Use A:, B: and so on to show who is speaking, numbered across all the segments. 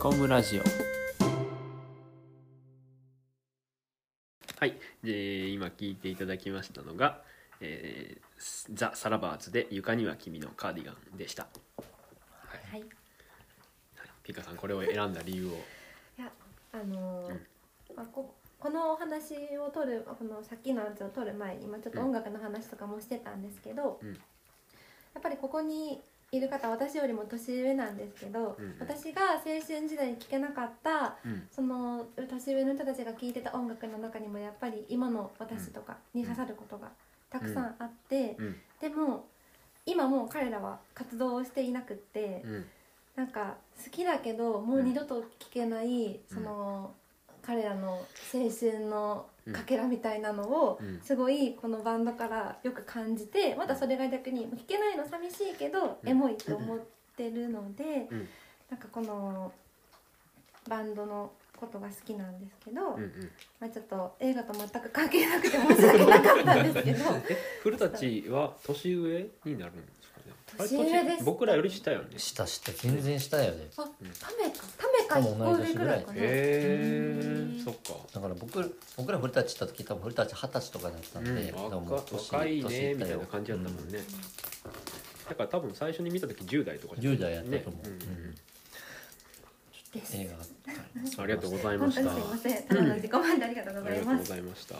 A: コムラジオ
B: はい、で今聞いていただきましたのが「えーザ・サラバーズ」で「床には君のカーディガン」でした、はい
C: はい、い
B: はいピカさんこれを選んだ理由を
C: やあのー
B: うん
C: まあ、ここのお話を取るこのさっきのやつを取る前に、まあ、ちょっと音楽の話とかもしてたんですけど、
B: うん
C: やっぱりここにいる方私よりも年上なんですけど、
B: うんうん
C: 私が青春時代に聴けなかった
B: うん
C: その年上の人たちが聴いてた音楽の中にもやっぱり今の私とかに刺さることがたくさんあって、
B: うん
C: でも今もう彼らは活動をしていなくって。
B: うん
C: なんか好きだけどもう二度と聞けない、その彼らの青春のかけらみたいなのを
B: うん
C: すごいこのバンドからよく感じてまたそれが逆にもう聞けないの寂しいけど
B: うん
C: エモいと思ってるので
B: うん
C: なんかこのバンドのことが好きなんですけど、
B: うんうん
C: まあ、ちょっと映画と全く関係なくて申し訳なかったんですけど
B: え古舘は年上になるんですかねあれ
C: 年上です
B: 僕らより下よね
D: したした全然したよね
C: あタメかタメか
D: 多
C: 1個上
D: 分同い年
C: ぐ
D: ぐ
C: ら
D: ら
C: い
D: い
C: かな、
B: へ
C: う
B: え
C: ん
B: そっか
D: だから僕僕ら古舘行った時多分古舘二十歳とかだったんで、
B: うん、
D: 多分
B: 若若いねみたいな感じだったもんね、だから多分最初に見た時10代とかじゃん
D: 10代やったと思う、
B: ね
D: うん
B: うん
C: です
D: 映画が
B: うんありがとうございま
C: 本
B: し
C: 当
B: た
C: にすいませんただの自己満でありがとうご
B: あ
C: ざ
B: りがと
C: い
B: う
C: ま
B: ご
C: す
B: ざいました。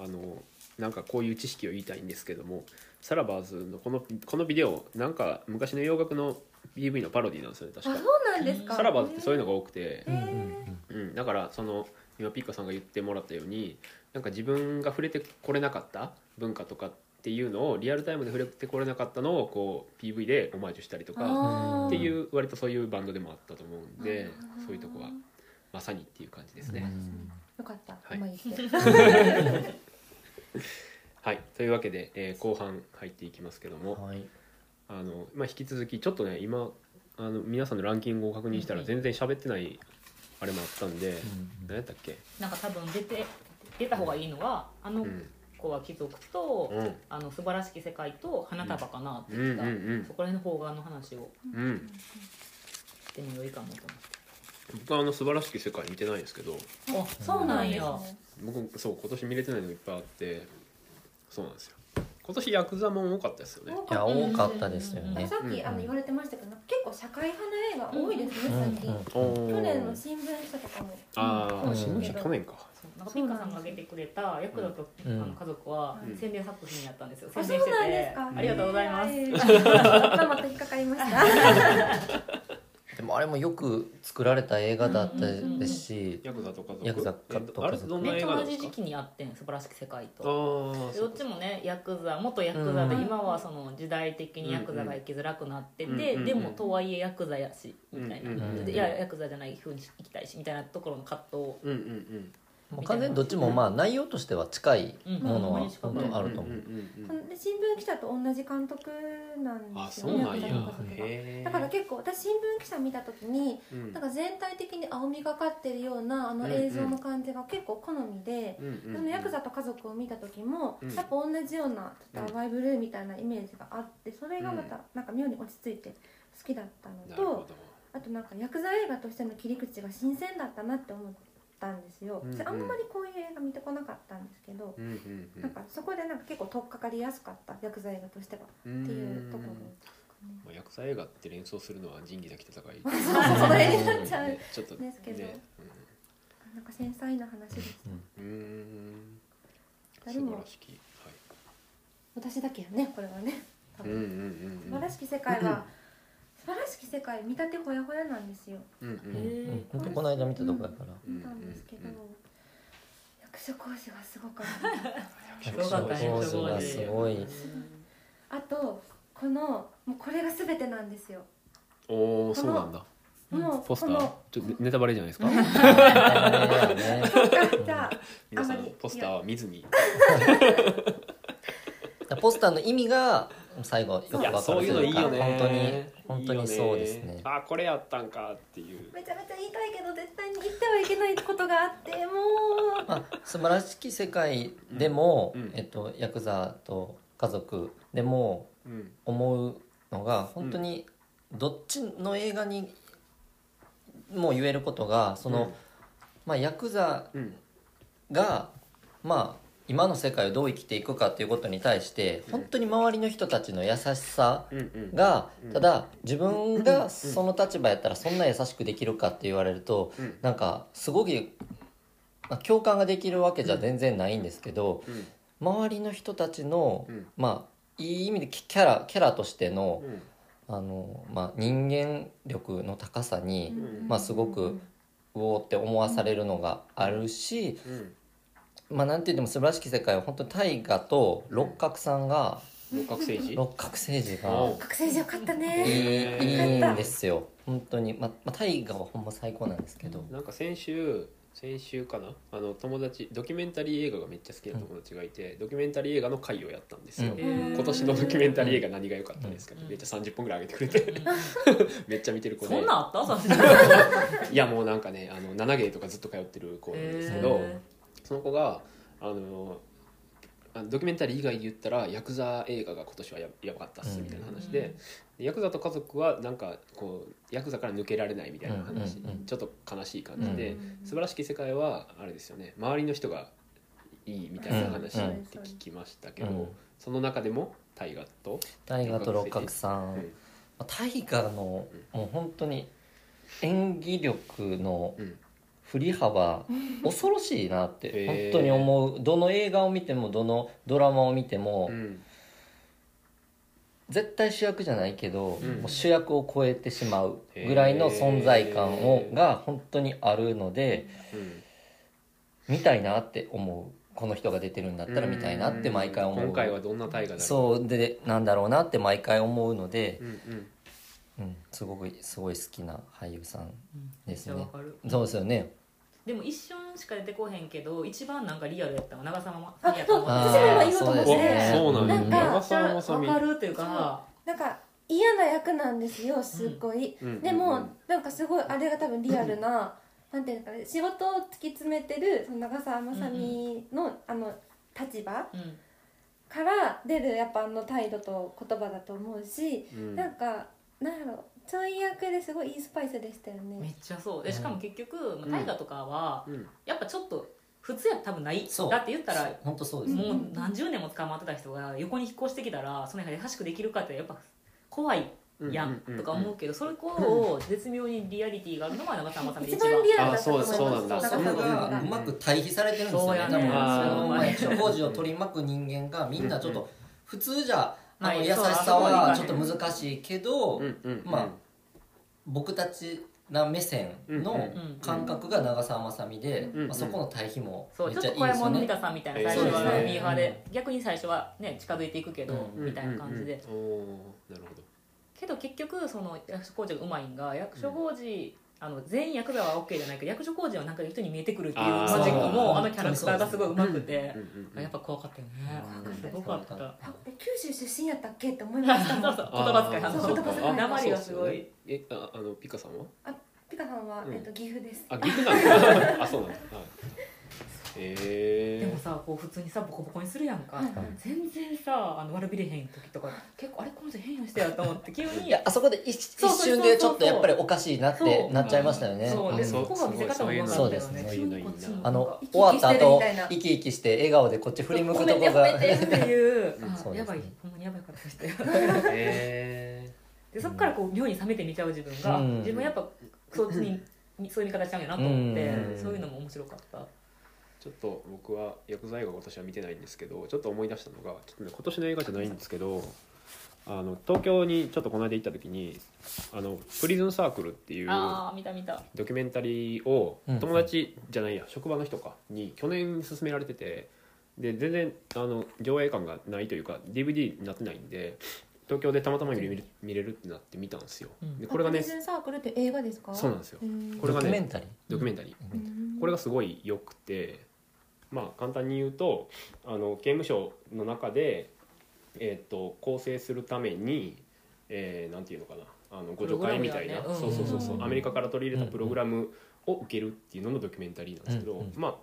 B: あのなんかこういう知識を言いたいんですけども、サラバーズのこのこのビデオなんか昔の洋楽の PV のパロディなんですよね
C: あそう
B: 確か。
C: なんですか
B: サラバーズってそういうのが多くて
C: へ、ー
D: うんうん
B: うん、だからその今ピッカさんが言ってもらったように、なんか自分が触れてこれなかった文化とかっていうのをリアルタイムで触れてこれなかったのをこう PV でオマージュしたりとか
C: あー
B: っていう割とそういうバンドでもあったと思うんで
C: あ、ー
B: そういうとこはまさにっていう感じです
D: うん
B: ね。
C: よかった
B: はい
C: 今言って
B: はい、というわけで、えー後半入っていきますけども、
D: うんはい
B: あのまあ、引き続きちょっとね今あの皆さんのランキングを確認したら全然喋ってないあれもあったんで、何やったっけ
E: なんか多分出て出た方がいいのはあ
B: う
E: の
B: ん
E: 子は貴族と、
B: うん
E: あの素晴らしき世界と花束かなって
B: うんうん
E: 言っ
B: う
E: た、
B: ん
E: そこら辺の方がの話を
B: うん
E: してもよいかなと
B: 僕はあの素晴らしき世界見てないんですけど
E: 思って、あそうなんや、
B: 僕そう今年見れてないのいっぱいあってそうなんですよ今年ヤクザもん多かったですよね
C: 多
D: いや
C: かっ
D: 多かったですよ
C: た
D: ね
C: さっき
B: うん
C: あの言われてましたけどなんか結構社会派の映画多いですね
D: うんう
C: 最
D: ん
C: 近
B: おー
C: 去年の新聞社とかも
B: ああ、
D: うん
B: 新聞社去年か
E: そうなんかピンカさんが挙げてくれた「ヤクザと、
D: うん
E: あの家族」は
B: うん
E: 宣伝作品やったんですよ、
C: あそ
E: 宣伝
C: う
E: して
C: なんで
E: て
C: すか
E: ありがとうございま す、
C: すまた引っかかりました
D: でもあれもよく作られた映画だったですし、
B: ヤクザとか族
D: ヤクザと家族
B: えあれってどんな
E: め
B: 映
E: っち
B: 画
E: ゃ
B: な
E: 同
B: んで
E: じ
B: す
E: 時
B: か
E: 期にやってん素晴らしき世界
B: あ
E: と。
B: ー
E: でどっちもねヤクザ元ヤクザで、
D: うん
E: 今はその時代的にヤクザが生きづらくなってて、
B: うんうん
E: でもとはいえヤクザやしみたいな、
B: うん
D: うん
E: でいやヤクザじゃないふうに生きたいしみたいなところの葛藤
B: うんうんうん
D: もう完全にどっちもまあ内容としては近いものは
E: うん
D: 本当あると思う、
B: んうんうんうん
C: で新聞記者と同じ監督なん
B: あ
C: です
B: そ
C: よ
B: う
C: ね
B: なんや
C: 役者の家族が
B: へえ
C: だから結構私新聞記者見た時に
B: うん
C: なんか全体的に青みがかってるようなあの
B: うん
C: 映像の感じが結構好みで、
B: うんうん
C: そのヤクザと家族を見た時も、
B: うん
C: やっぱ同じようなちょっと淡いブルーみたいなイメージがあってそれがま
B: う
C: たなんか妙に落ち着いて好きだった
B: な
C: の
B: るほ
C: と、あとなんかヤクザ映画としての切り口が新鮮だったなって思ったんですよ、
B: うんうん
C: であんまりこういう映画見てこなかったんですけど、
B: どうんうんうん
C: なんかそこでなんか結構取っかかりやすかったヤクザ映画としてはっていうところですかね。
B: まあヤクザ映画って連想するのは仁義なき戦い
C: そうそうそれになっちゃう
B: ねちょっとね
C: ですけどなんか繊細な話でした
B: うんうん素
C: 誰
B: 晴
C: も
B: らしきは
C: 私だけやねこれはね多
B: い
C: 分
B: うんうんう
C: 素
B: んうん
C: 晴らしき世界は素晴らしき世界見立てほやほやなんですよ
B: うんうん
D: うん
E: へ
D: 本当この間見たとこやから、
B: うん
C: 見たんですけど、
B: うん
C: 役所講師がすごかった
E: えよかったね
D: そうそうそうすごい
C: あとこのもうこれが全てなんですよ
B: おおそうなんだ
E: うん
C: もう
B: ポスタ
C: こ
B: ー
C: の
B: ちょっとネタバレじゃないですか
D: ね
C: じゃあ
B: 皆さ
C: あま
B: ん
C: り
B: ポスターは見ずに
D: ポスターの意味が最後よく
B: い
D: 分
B: や
D: か
B: そう
D: る
B: いうのいいよね
D: 本当に本当
B: いいよ
D: にそうですね
B: あこれやったんかっていう
C: めちゃめちゃ言いたいけど絶対に言ってはいけないことがあってもう
D: まあ、素晴らしき世界でも、
B: うんうん
D: えっと、ヤクザと家族でも
B: うん
D: 思うのが本当にどっちの映画にもう言えることがその、
B: うん
D: まあ、ヤクザ
B: うん
D: がまあ今の世界をどう生きていくかということに対して本当に周りの人たちの優しさ
B: うんうん
D: が
B: うん
D: ただ自分がその立場やったらそんな優しくできるかって言われると
B: うん
D: なんかすごくまあ共感ができるわけじゃ全然ないんですけど
B: うん
D: 周りの人たちの
B: うん
D: まあいい意味でキキャラキャラとしての
B: うん
D: あのまあ人間力の高さに
B: ん
D: まあすごくうおーって思わされるのがあるし
B: うん
D: まあなんて言っても素晴らしき世界は本当に大河と六角さんが、
B: 六角星人
D: 六角星児が
B: お
C: 覚醒時よかった
D: い
C: ね
D: い
B: へ
D: い
B: ー
D: いんですよ本当にままあ大河はほんま最高なんですけど、
B: なんか先週先週かなあの友達ドキュメンタリー映画がめっちゃ好きな友達がいて、ドキュメンタリー映画の回をやったんですよ、
D: うん
B: 今年のドキュメンタリー映画何が良かったですかって、
E: うん
B: めっちゃ30本ぐらい上げてくれてめっちゃ見てる子で
E: そんなんあったさすがに
B: いやもうなんかねあの7芸とかずっと通ってる子なんですけど、
E: へ
B: その子があのあのドキュメンタリー以外で言ったらヤクザ映画が今年はややばかったっすみたいな話で,、でヤクザと家族はなんかこうヤクザから抜けられないみたいな話、
D: うんうんうん
B: ちょっと悲しい感じで、
C: うん
B: 素晴らしき世界はあれですよね周りの人がいいみたいな話って聞きましたけど、
D: うん
B: その中でも大河と、
D: 大河と六角さ、
B: うんん
D: まあ、大河のもう本当に演技力の
B: うん
D: 振り幅恐ろしいなっ
B: へ
D: て
B: ー
D: 本当に思うどの映画を見てもどのドラマを見ても、
B: うん
D: 絶対主役じゃないけど、
B: うん
D: もう主役を超えてしまうぐらいの存在感を
B: へー
D: が本当にあるので
B: うん
D: 見たいなって思うこの人が出てるんだったら見たいなって毎回思う
B: 今回はどんな大河だろう
D: そうでなんだろうなって毎回思うので、
B: う、んうん、
D: うん、すごくすごい好きな俳優さん
E: え
D: で
E: めっ
D: す
E: ち
D: ね
E: ゃわかる
D: そうですよね
E: でも一瞬しか出てこへんけど一番なんかリアルやったの長澤ま
C: あ
E: さみやと思
C: あ
E: う
C: 私も今言おうと
B: あそ
C: 思って
B: うなん
C: や
D: う
C: なんか
B: 長澤まさみ
E: わかるっていうか
C: なんか嫌な役なんですよすっごい、
B: うん
C: で
B: うん
C: もなんかすごいあれが多分リアルな、なんていうのかね仕事を突き詰めてるその長澤まさみの、あの立場
E: うん
C: から出るやっぱあの態度と言葉だと思うし、
B: うん
C: なんかなんやろちょい役ですごいいいスパイスでしたよ
E: め
C: ね
E: っちゃそうでしかも結局まあ大河とかは
B: うん
E: やっぱちょっと普通やったら多分ない
D: そう
E: だって言ったら
D: 本当そうですね
E: もう何十年も捕まってた人が横に引っ越してきたらその中で優しくできるかってやっぱ怖いやんとか思うけどそれこを絶妙にリアリティがあるのが長澤まさみで
C: 一
E: 一番
C: 番リアルだったと思い
B: あそうそうなん
C: ま
B: だ
C: す
D: そ
C: 長澤
D: れ
C: まさみ
D: が
C: が
D: うまく対比されてるんですよ
E: そう
D: ね
E: や
D: 多
E: ね
D: 分
B: あー
D: そのまあ役所工事を取り巻く人間がみんなちょっと普通じゃあの優しさはちょっと難しいけど
B: うんうん
D: まあ僕たちな目線の感覚が長澤まさみで、
B: うん
D: まあ、そこの対比も
E: そう
D: めっ
E: ちょっ
D: ちゃ
E: と
D: いい
E: 小
D: ですよ
E: 山の
D: ね
E: 三田さんみたいな
B: えー
E: 最初は
B: そうですね
E: ミーハーで逆に最初はね近づいていくけど
D: う
E: みたいな感じで
B: うんうんうんおーなるほど
E: けど結局その役所工事がうまいんが役所工事あの全員役座は OK じゃないけど役所工事はなんか人に見えてくるっていう
B: あー
E: マジック
D: そう
E: もあのキャラクターがすごいうまくて
B: うんうんうん
E: やっぱ怖かったよねす
D: うん
E: ごかった
D: 怖か
C: あえ九州出身やったっけって思いましたも
E: そうんそう言
B: あ
E: 葉遣い
B: ー
E: あの
C: そう言葉遣い
E: 訛りがすごい
B: えああのピカさん は
C: ピカさんは、
B: うん
C: えっと岐阜です
B: あ岐阜なんだあそうなんだはい
E: で
B: え
E: もさこう普通にさボコボコにするやんか、
D: ん
E: 全然さあの悪びれへん時とか結構あれこの人変な人やと思って急
D: い
E: に
D: やあそこで一
E: そう
D: 一
E: そうそうそう
D: 瞬でちょっとやっぱりおかしいなって
E: そう
D: なっちゃいましたよね
E: そう
D: うん
E: で
B: うん
E: そこが見せ方も上手
D: そ
E: か
D: う
E: った
D: で
E: よ
D: すね
E: ね
B: そういうのいいな
D: あの
C: 生き生き
D: 終わった後
C: してるみたいな
D: 生き生きして笑顔でこっち振り向くとこ
E: 褒
D: が
E: めて褒めてっていう
B: うん
E: あ
D: そうで
E: や
D: すね
E: ばいほんまにや ばいからしたよ
B: え
E: でそこからこう妙に冷めて見ちゃう自分が、
D: うん
E: 自分やっぱそっちにそういう見方しちゃうんやなと思って、
D: うん
E: そういうのも面白かった
B: ちょっと僕は薬剤映画私は見てないんですけどちょっと思い出したのがちょっとね今年の映画じゃないんですけどあの東京にちょっとこの間行った時にあのプリズンサークルっていう
E: ああ見た見た
B: ドキュメンタリーを
D: うん
B: 友達じゃないや、職場の人かに去年勧められててで全然あの上映感がないというか DVD になってないんで東京でたまたま見れる見れるってなって見たんですよ、
E: うん
B: でこれが
C: あ
B: ね
C: プリズンサークルって映画ですか
B: そうなんですよ
C: うん
B: これがね
D: ドキュメンタリー
B: ドキュメンタリー、
C: うん
B: これがすごい良くてまあ簡単に言うとあの刑務所の中で、えー、と構成するために、えーなんていうのかなあのご助会みたいな、
E: プログラムだね
B: そうそうそうそう
D: うん
B: アメリカから取り入れたプログラムを受けるっていうののドキュメンタリーなんですけど、
D: うんうん
B: まあ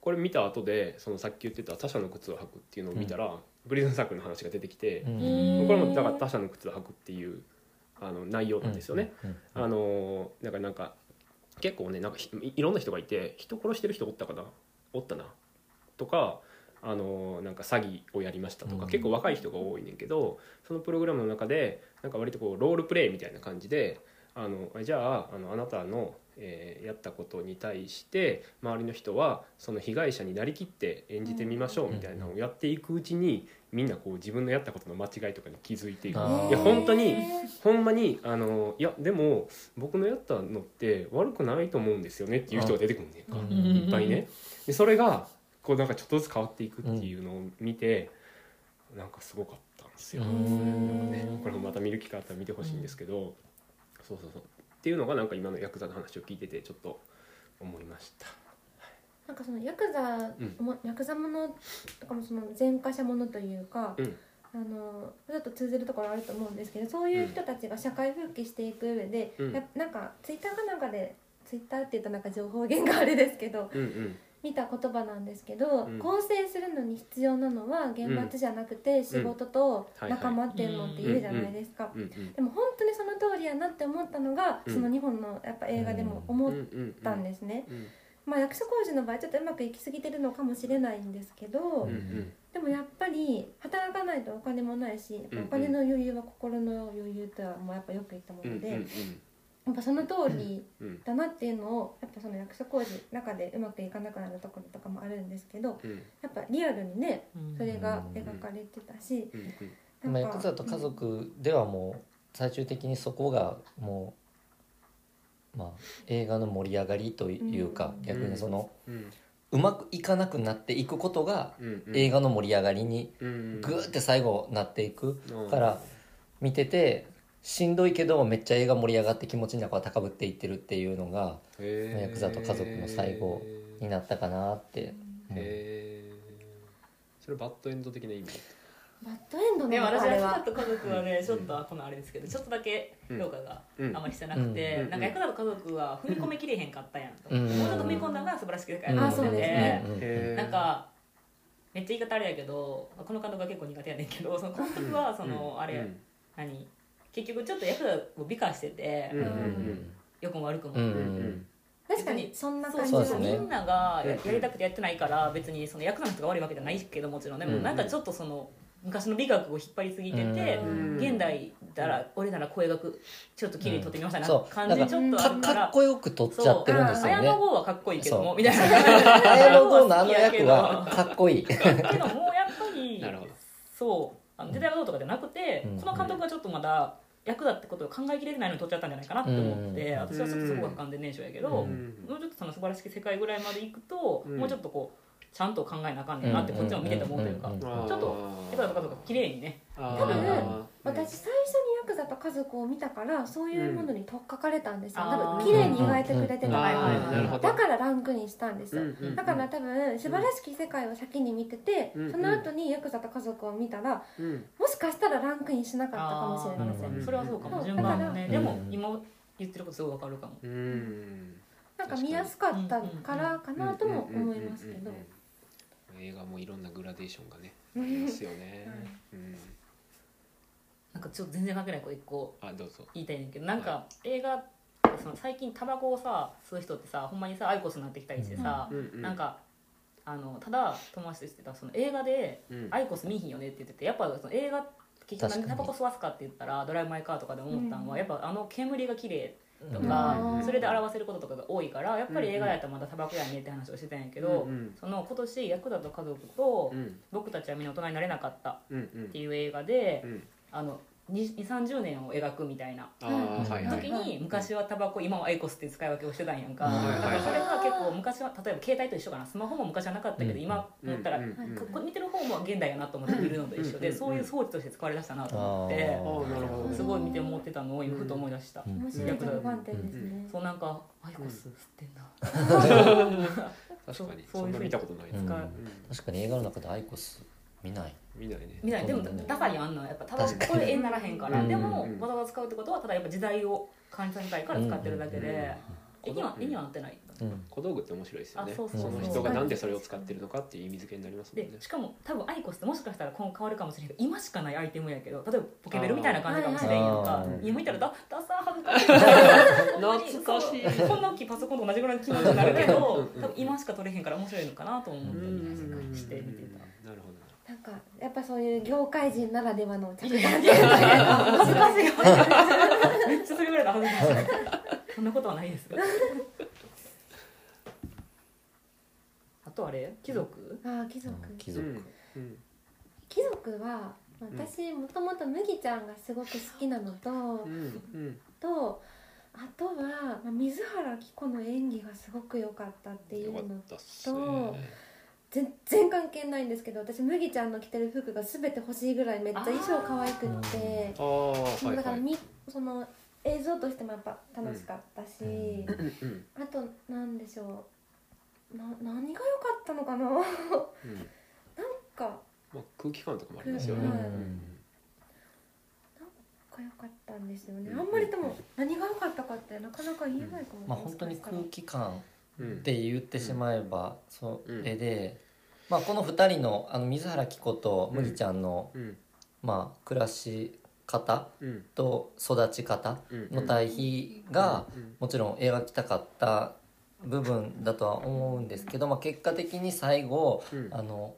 B: これ見た後でそのさっき言ってた他者の靴を履くっていうのを見たら、プリズンサークルの話が出てきて、
D: うん
B: これもだから他者の靴を履くっていうあの内容なんですよね。
D: うん
B: あのーなんかなんか結構ねなんかひいろんな人がいて人殺してる人おったかなおったなとかあのなんか詐欺をやりましたとか、
D: うん
B: 結構若い人が多いねんけどそのプログラムの中でなんか割とこうロールプレイみたいな感じであのじゃああのあなたの、えーやったことに対して周りの人はその被害者になりきって演じてみましょうみたいなのをやっていくうちにみんなこう自分のやったことの間違いとかに気づいていく
D: あー
B: いや本当に
C: へ
B: ほんまにあのいやでも僕のやったのって悪くないと思うんですよねっていう人が出てくるねんか
D: うん
B: いっぱいねでそれがこうなんかちょっとずつ変わっていくっていうのを見て、なんかすごかったんですよ、
D: う
B: ね
D: ん
B: これもまた見る機会あったら見てほしいんですけど、そうそうそうっていうのがなんか今のヤクザの話を聞いててちょっと思いました
C: なんかそのヤクザ、
B: うん
C: もヤクザものとかもその前科者ものというか、
B: うん
C: あのちょっと通ずるところあると思うんですけどそういう人たちが社会復帰していく上で、
B: うん
C: やなんかツイッターかなんかでツイッターって言うとなんか情報源があれですけど
B: うんうん
C: 見た言葉なんですけど、
B: うん
C: 更生するのに必要なのは厳罰じゃなくて仕事と
B: うん
C: 仲間っていうのって言うじゃないですか。
B: うんうん
C: でも本当にその通りやなって思ったのが、
B: うん
C: その日本のやっぱ映画でも思ったんですね。
B: うん
C: まあ役所工事の場合ちょっとうまくいきすぎてるのかもしれないんですけど、
B: うんうん
C: でもやっぱり働かないとお金もないし、
B: うんうん
C: お金の余裕は心の余裕とはもうやっぱよく言ったも
B: うんうん
C: ので、
B: うん
C: やっぱその通り
B: うん
C: だなっていうのをやっぱその役所工事の中でうまくいかなくなるところとかもあるんですけど
B: うん
C: やっぱリアルにねそれが
D: うん
C: 描かれてたし、
B: うんうん
D: ま
C: な
D: あ、
C: ん
D: ヤ
C: か
D: クザと家族ではもう最終的にそこがもう、まあ、映画の盛り上がりというか、
C: うん
D: 逆にその
B: うん
D: うまくいかなくなっていくことが
B: うんうん
D: 映画の盛り上がりに
B: うん
D: グーって最後なっていく
B: うん
D: から見ててしんどいけどめっちゃ映画盛り上がって気持ちの中は高ぶっていってるっていうのが
B: ヤ
D: ヤクザと家族の最後になったかなって、う
B: へ
D: ん
B: えそれバッドエンド的な意味
C: バッドエンドの
E: でも私
C: あれ
E: は
C: は
E: ヤクザと家族はね
B: うん
E: ちょっとこのあれですけどちょっとだけ評価が
B: うん
E: あまりしてなく
B: うん
E: て
B: うん
E: なんかヤクザと家族は踏み込めきれへんかったやんと
D: うん
E: もうちょっと踏み込んだのが素晴らしくや
C: あ
E: なと
C: そう
E: 思
C: で
E: っ
C: す
E: て
C: ね
E: て
D: うんうんうん
B: へー
E: なんかめっちゃ言い方あれやけどこの監督が結構苦手やねんけどその監督はそのあれ何結局ちょっとヤクザを美化してて
B: うんうん
E: 良くも悪くも
D: うん
C: 確かにそんな感じ
E: そ
C: は
E: う
D: です
E: そう
D: ね
E: みんなが
B: うん
E: ややりたくてやってないから別にそのヤクザの人が悪いわけじゃないけどもちろんね、
D: うん
E: もうなんかちょっとその昔の美学を引っ張りすぎてて、
B: うん
E: 現代だら俺なら声楽ちょっと綺麗に撮ってみましたな、
D: うんそう
E: 感じちょっとあ
D: か
E: るか
D: からっこよく撮っちゃってるんですよ
E: 綾
D: ね
E: 野剛はかっこいいけど
D: そ
E: も
D: う
E: みたい な
D: 綾野剛のあの役はかっこいい
E: けどもうやっぱり
B: なるほど
E: そうあの時代がどうとかじゃなくて、
D: うん
E: この監督がちょっとまだ役だってことを考えきれてないのに撮っちゃったんじゃないかなって思って、
D: うん
E: 私はちょっとそこが完全燃焼やけど、
D: うん
E: もうちょっとその素晴らしき世界ぐらいまで行くと、
B: うん
E: もうちょっとこうちゃんと考えなあかんねんなってこっちも見てて思うというか、
D: うんうんうんうん
E: ちょっとやっぱり家族が綺麗にね
B: 多
C: 多分私最初にヤクザと家族を見たからそういうものに取っかかれたんですよ、
E: うん
C: 多分綺麗に描いてくれてた
E: あー
C: から、
E: はいはいはいなる
C: だからランクインしたんですよ、
E: うん
C: だから多分素晴らしき世界を先に見てて、
B: うん
C: その後にヤクザと家族を見たらもしかしたらランクインしなかったかもしれません、
D: あー
E: それはそうか
C: う
E: も
C: ん
E: 順番もね、
D: うん
E: でも
D: うん
E: 今言ってることすごいわかるかも、
C: なんか見やすかったからかなとも思いますけど、
B: 映画もいろんなグラデーションがねありますよ ねうん
E: なんかちょっと全然関係ないこと一個
B: あどうぞ
E: 言いたいねんだけどなん
B: は
E: か映画その最近タバコをさ吸う人ってさほんまにさアイコスになってきたりしてさ、なんかあのただ友達としてたその映画で「アイコス見ひんよね」って言っててやっぱその映画結局なんでタバコ吸わすかって言ったら「ドライブ・マイ・カー」とかで思ったのは、
C: うん
E: やっぱあの煙が綺麗と
C: う
E: か、
C: ん
E: それで表せることとかが多いからやっぱり映画やったらまだタバコやねって話をしてたんやけど、その今年「ヤクザと家族」と「僕たちはみんな大人になれなかった」っていう映画で、あの2 3 0年を描くみたいな
B: ああはいは
E: 時
B: い
E: に昔はタバコ今はアイコスっていう使い分けをしてたんやんか、
D: うん
E: だからそれが結構昔は例えば携帯と一緒かなスマホも昔はなかったけど、
D: うん
E: 今思ったら、ここ見てる方も現代やなと思って見るのと一緒で、
B: うん
E: そういう装置として使われだしたなと思って
B: ああなるほど
E: すごい見て思ってたのを今ふと思い出した、
D: うん
C: 面白い着眼点ですね、
E: そうなんかアイコス吸ってんな、
B: 確かにそんな見たことない
E: 使う
D: うん確かに映画の中でアイコス見ない
B: 見ないね
E: みたいなでもダサいやんあんのやっぱタバコで絵にならへんから
B: 確かに
E: で
B: う
E: も
B: んうん
E: わざわざ使うってことはただやっぱ時代を感じさせたいから使ってるだけで、
B: うんうん
E: 絵には
B: うん
E: 絵にはなってない、
D: うん
B: 小道具って面白いですよね
E: あそうそう
D: そう
B: の人がなんでそれを使ってるのかっていう意味付けになりますもんね
E: でしかも多分アイコスってもしかしたら今後変わるかもしれないけど今しかないアイテムやけど例えばポケベルみたいな感じかもしれんやん
D: あ
E: か
D: ー
E: 今見たらだダサーは
B: 懐かしい
E: こんな大きいパソコンと同じぐらいの機能になるけ
B: うん
E: ど
B: うんうん
E: 多分今しか取れへんから面白いのかなと思っ
B: う
E: たりとか
B: ん
E: して見てた。
B: なるほど
C: なんかやっぱそういう業界人ならではの着眼点
E: 恥ずかしいめっちゃそれぐらいの恥ずかしいそんなことはないですあとあれ貴族
C: ああ貴族
D: うん貴
B: 貴
D: 族、
B: 族うん
C: 貴族は私もともと麦ちゃんがすごく好きなのと、
B: うんうん
C: とあとは、まあ、水原希子の演技がすごく良かったっていう
B: よかっ
C: の
B: たっすね
C: 全然関係ないんですけど私麦ちゃんの着てる服が全て欲しいぐらいめっちゃ衣装可愛くって
B: ああはい
C: もうだか
B: は
C: ら
B: い
C: み、その映像としてもやっぱ楽しかったし、
D: うん
B: うんうん
C: あとなんでしょうな何が良かったのかな なん
B: うん
C: か
B: まあ空気感とかもあります
C: う
B: よ
C: ん
B: ね
C: が良かったんですよね
B: うん
C: あんまりでも何が良かったかってなかなか言えないかも、
D: まあ本当に空気感
B: うん
D: って言ってしまえばそれで、まあ、この2人のあの水原希子と麦ちゃんの、
B: うん
D: まあ、暮らし方
B: うん
D: と育ち方
B: うん
D: の対比が
B: うん
D: もちろん描きたかった部分だとは思うんですけど、まあ、結果的に最後
B: うん
D: あの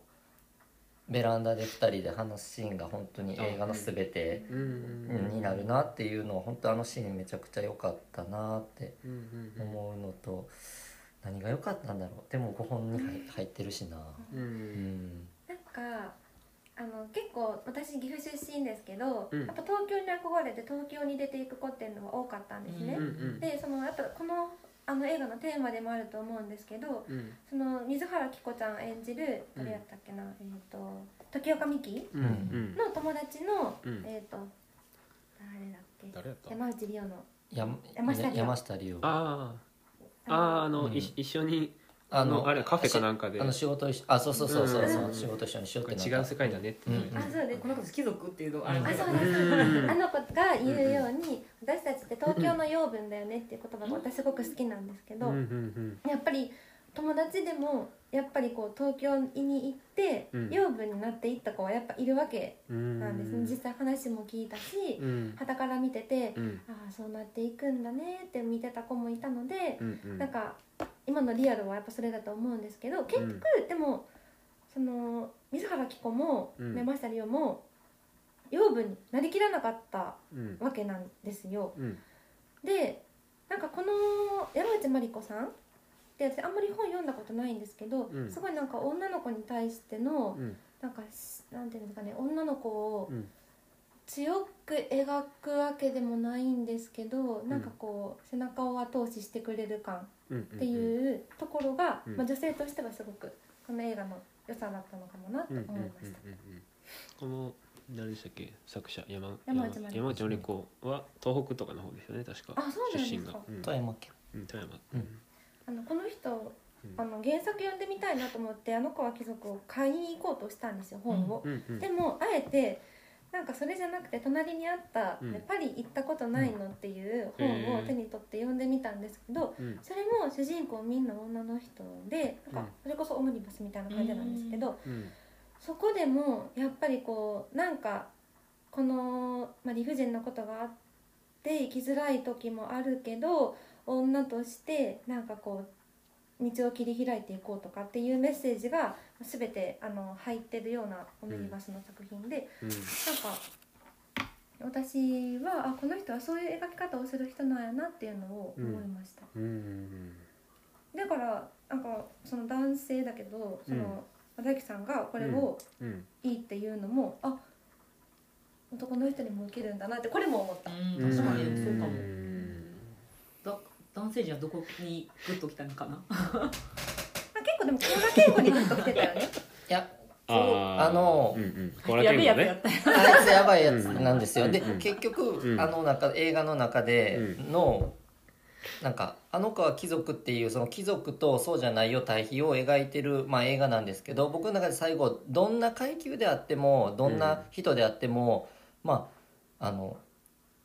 D: ベランダで2人で話すシーンが本当に映画の全て
B: うんうんうん
D: になるなっていうのは本当あのシーンめちゃくちゃ良かったなって
B: うんうん
D: 思うのと何が良かったんだろうでも5本に入入ってるしな
B: うんう
D: うんん
C: なんかあの結構私岐阜出身ですけど、
B: うん
C: やっぱ東京に憧れて東京に出ていく子っていうのが多かったんですね、
B: うんうん
C: でそのやっぱこのあの映画のテーマでもあると思うんですけど
B: うん
C: その水原希子ちゃん演じる
B: うん
C: 誰やったっけな、えー、と時岡美紀
B: うんうん
C: の友達の、
B: うん
C: えっ、と誰だっけ
B: 誰やった
C: 山内理央の
D: や
C: 山下理央
D: 山下理央
B: あああーあの、
D: うん
B: い一緒に
D: あ
B: あのあれカフェかなんかで
D: あの仕事一緒あそうそうそうそうそう、
B: うん
D: 仕事一緒にしよう
B: こ
D: って
B: れ
D: な
B: 違う世界だねってなる
D: うん
C: あそうです
E: この子貴族っていうのあれ
D: うん
C: あ
E: だけ
C: そ
E: ど
C: うです、
B: うん
C: あの子が言うように、私たちって東京の養分だよねっていう言葉が私すごく好きなんですけど、
B: うんうん
C: やっぱり友達でもやっぱりこう東京に行って
B: うん
C: 養分になっていった子はやっぱいるわけ
B: うん
C: なんですね、実際話も聞いたし
B: うん
C: 傍から見てて
B: うん
C: ああそうなっていくんだねって見てた子もいたので
B: う、んうん
C: なんか今のリアルはやっぱそれだと思うんですけど結局、でもその水原希子も
B: うん
C: 山下理央も養分になりきらなかった
B: うん
C: わけなんですよ。
B: うん
C: でなんかこの山内まりこさんって私あんまり本読んだことないんですけど、
B: うん
C: すごいなんか女の子に対しての
B: うん
C: なんかしなんていうんですかね女の子を
B: うん
C: 強く描くわけでもないんですけど、なんかこう背中を後押ししてくれる感
B: うん
C: っていうところが、
B: うん
C: まあ、女性としてはすごくこの映画の良さだったのかもなと
B: うんう
C: 思
B: ん
C: い
B: うんう
C: ま
B: ん
C: した。
B: うんこの誰でしたっけ作者山
C: 山内まりこ
B: 山内まりこは東北とかの方ですよね確か
C: あそうなんですか
B: 出身がうん
D: 富山県
B: うん富山
D: うん
C: あのこの人
B: うん
C: あの原作読んでみたいなと思ってあの子は貴族を買いに行こうとしたんですよ本を。
B: うんうん
C: でもあえてなんかそれじゃなくて隣にあった「
B: うん
C: ねパリ行ったことないの?」っていう本を手に取って読んでみたんですけど
B: うん
C: それも主人公みんな女の人でな
B: うん
C: んかそれこそオムニバスみたいな感じなんですけど
B: うん
C: そこでもやっぱりこうなんかこの、まあ、理不尽なことがあって生きづらい時もあるけど女としてなんかこう道を切り開いていこうとかっていうメッセージが全てあの入ってるようなオムニバスの作品で、
B: うん
C: なんか私はあこの人はそういう描き方をする人なんやなっていうのを思いました、
B: うんうん
C: だからなんかその男性だけどその、大樹さんがこれを
B: うんうん
C: いいっていうのも、あ男の人にも受けるんだなってこれも思った、
E: うん確かにそうかも
B: うん
E: だ男性陣はどこにグッときたのかな
C: まあ、結構でも小田健吾にずっと来てたよね
D: いや
B: ー
D: あの
B: うんうん、
E: やべえやつや
B: ね
E: ったよ
D: あいつやばいやつなんですよ、
B: うん
D: で
B: うん
D: 結局、
B: うん
D: あの中映画の中での、なんか「あの子は貴族」っていうその貴族とそうじゃないよ対比を描いてる、まあ、映画なんですけど僕の中で最後どんな階級であってもどんな人であっても、まああの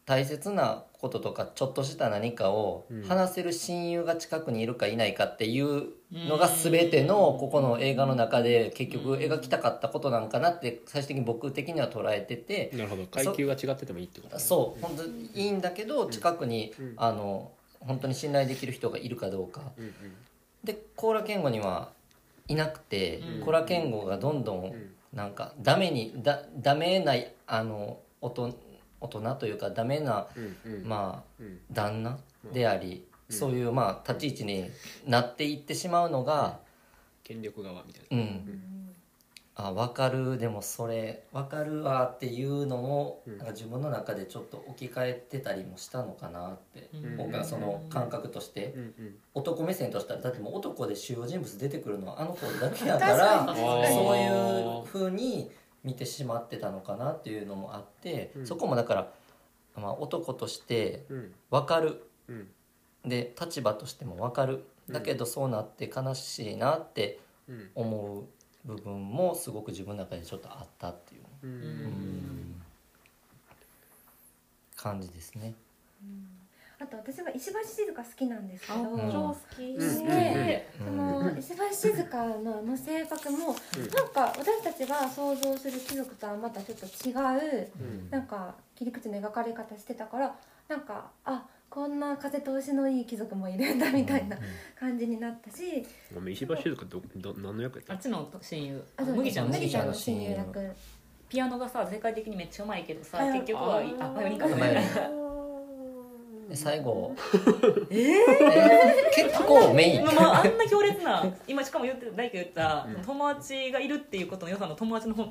D: 大切なこととかちょっとした何かを
B: うん
D: 話せる親友が近くにいるかいないかっていうのが全てのここの映画の中で結局描きたかったことなんかなって最終的に僕的には捉えてて
B: なるほど階級が違っててもいいってことね
D: そう本当にいいんだけど近くに
B: うん
D: あの本当に信頼できる人がいるかどうか
B: うんうん
D: でコーラ健吾にはいなくて、
E: うん
D: コーラ健吾がどんど
B: うんん
D: なんかダメにだダメないあの大人大人というかダメな、
B: うんうん
D: まあ、
B: うん
D: 旦那であり、
B: うん
D: そういうまあ立ち位置になっていってしまうのが、
B: 権力側みたいな
D: うんあ分かるでもそれ分かるわっていうのも、
B: うん
D: なんか自分の中でちょっと置き換えてたりもしたのかなって、
E: うん
D: 僕はその感覚として。
B: うんうん
D: 男目線としたらだってもう男で主要人物出てくるのはあの子だけやから そういう風に見てしまってたのかなっていうのもあって、
B: うん
D: そこもだから、まあ、男として
B: うん
D: 分かる
B: うん
D: で立場としても分かるだけどそうなって悲しいなって
B: うん
D: 思う部分もすごく自分の中でちょっとあったっていう、
B: う
D: うん
B: ん
D: 感じですね。
C: あと私は石橋静香好きなんですけど、
D: うん
E: 超好き、
C: うん
E: ね
D: う
C: そ
D: ん
C: の石橋静香のあの性格もなんか私たちが想像する貴族とはまたちょっと違う
B: うん
C: なんか切り口の描かれ方してたからなんかあこんな風通しのいい貴族もいるんだみたいな
D: うん
C: 感じになったし
B: ごめん石橋静香どど何の役やった
E: あっちの親友
C: あそう
E: 麦ちゃんの
D: 麦
C: 麦
D: ち
C: ち
D: ゃ
C: ゃ
D: ん
C: ん
D: の
C: の
D: 親
C: 親
D: 友
C: 友役
E: ピアノがさ世界的にめっちゃうまいけどさ
C: あ
E: 結局は
C: あ
E: あバイオリンか
D: あバイオリンで 最後、えー 結構メイン
E: まあまあ、あんな強 烈な今しかも言ってないけど言った、
B: うん
E: 友達がいるっていうことの良さの友達の方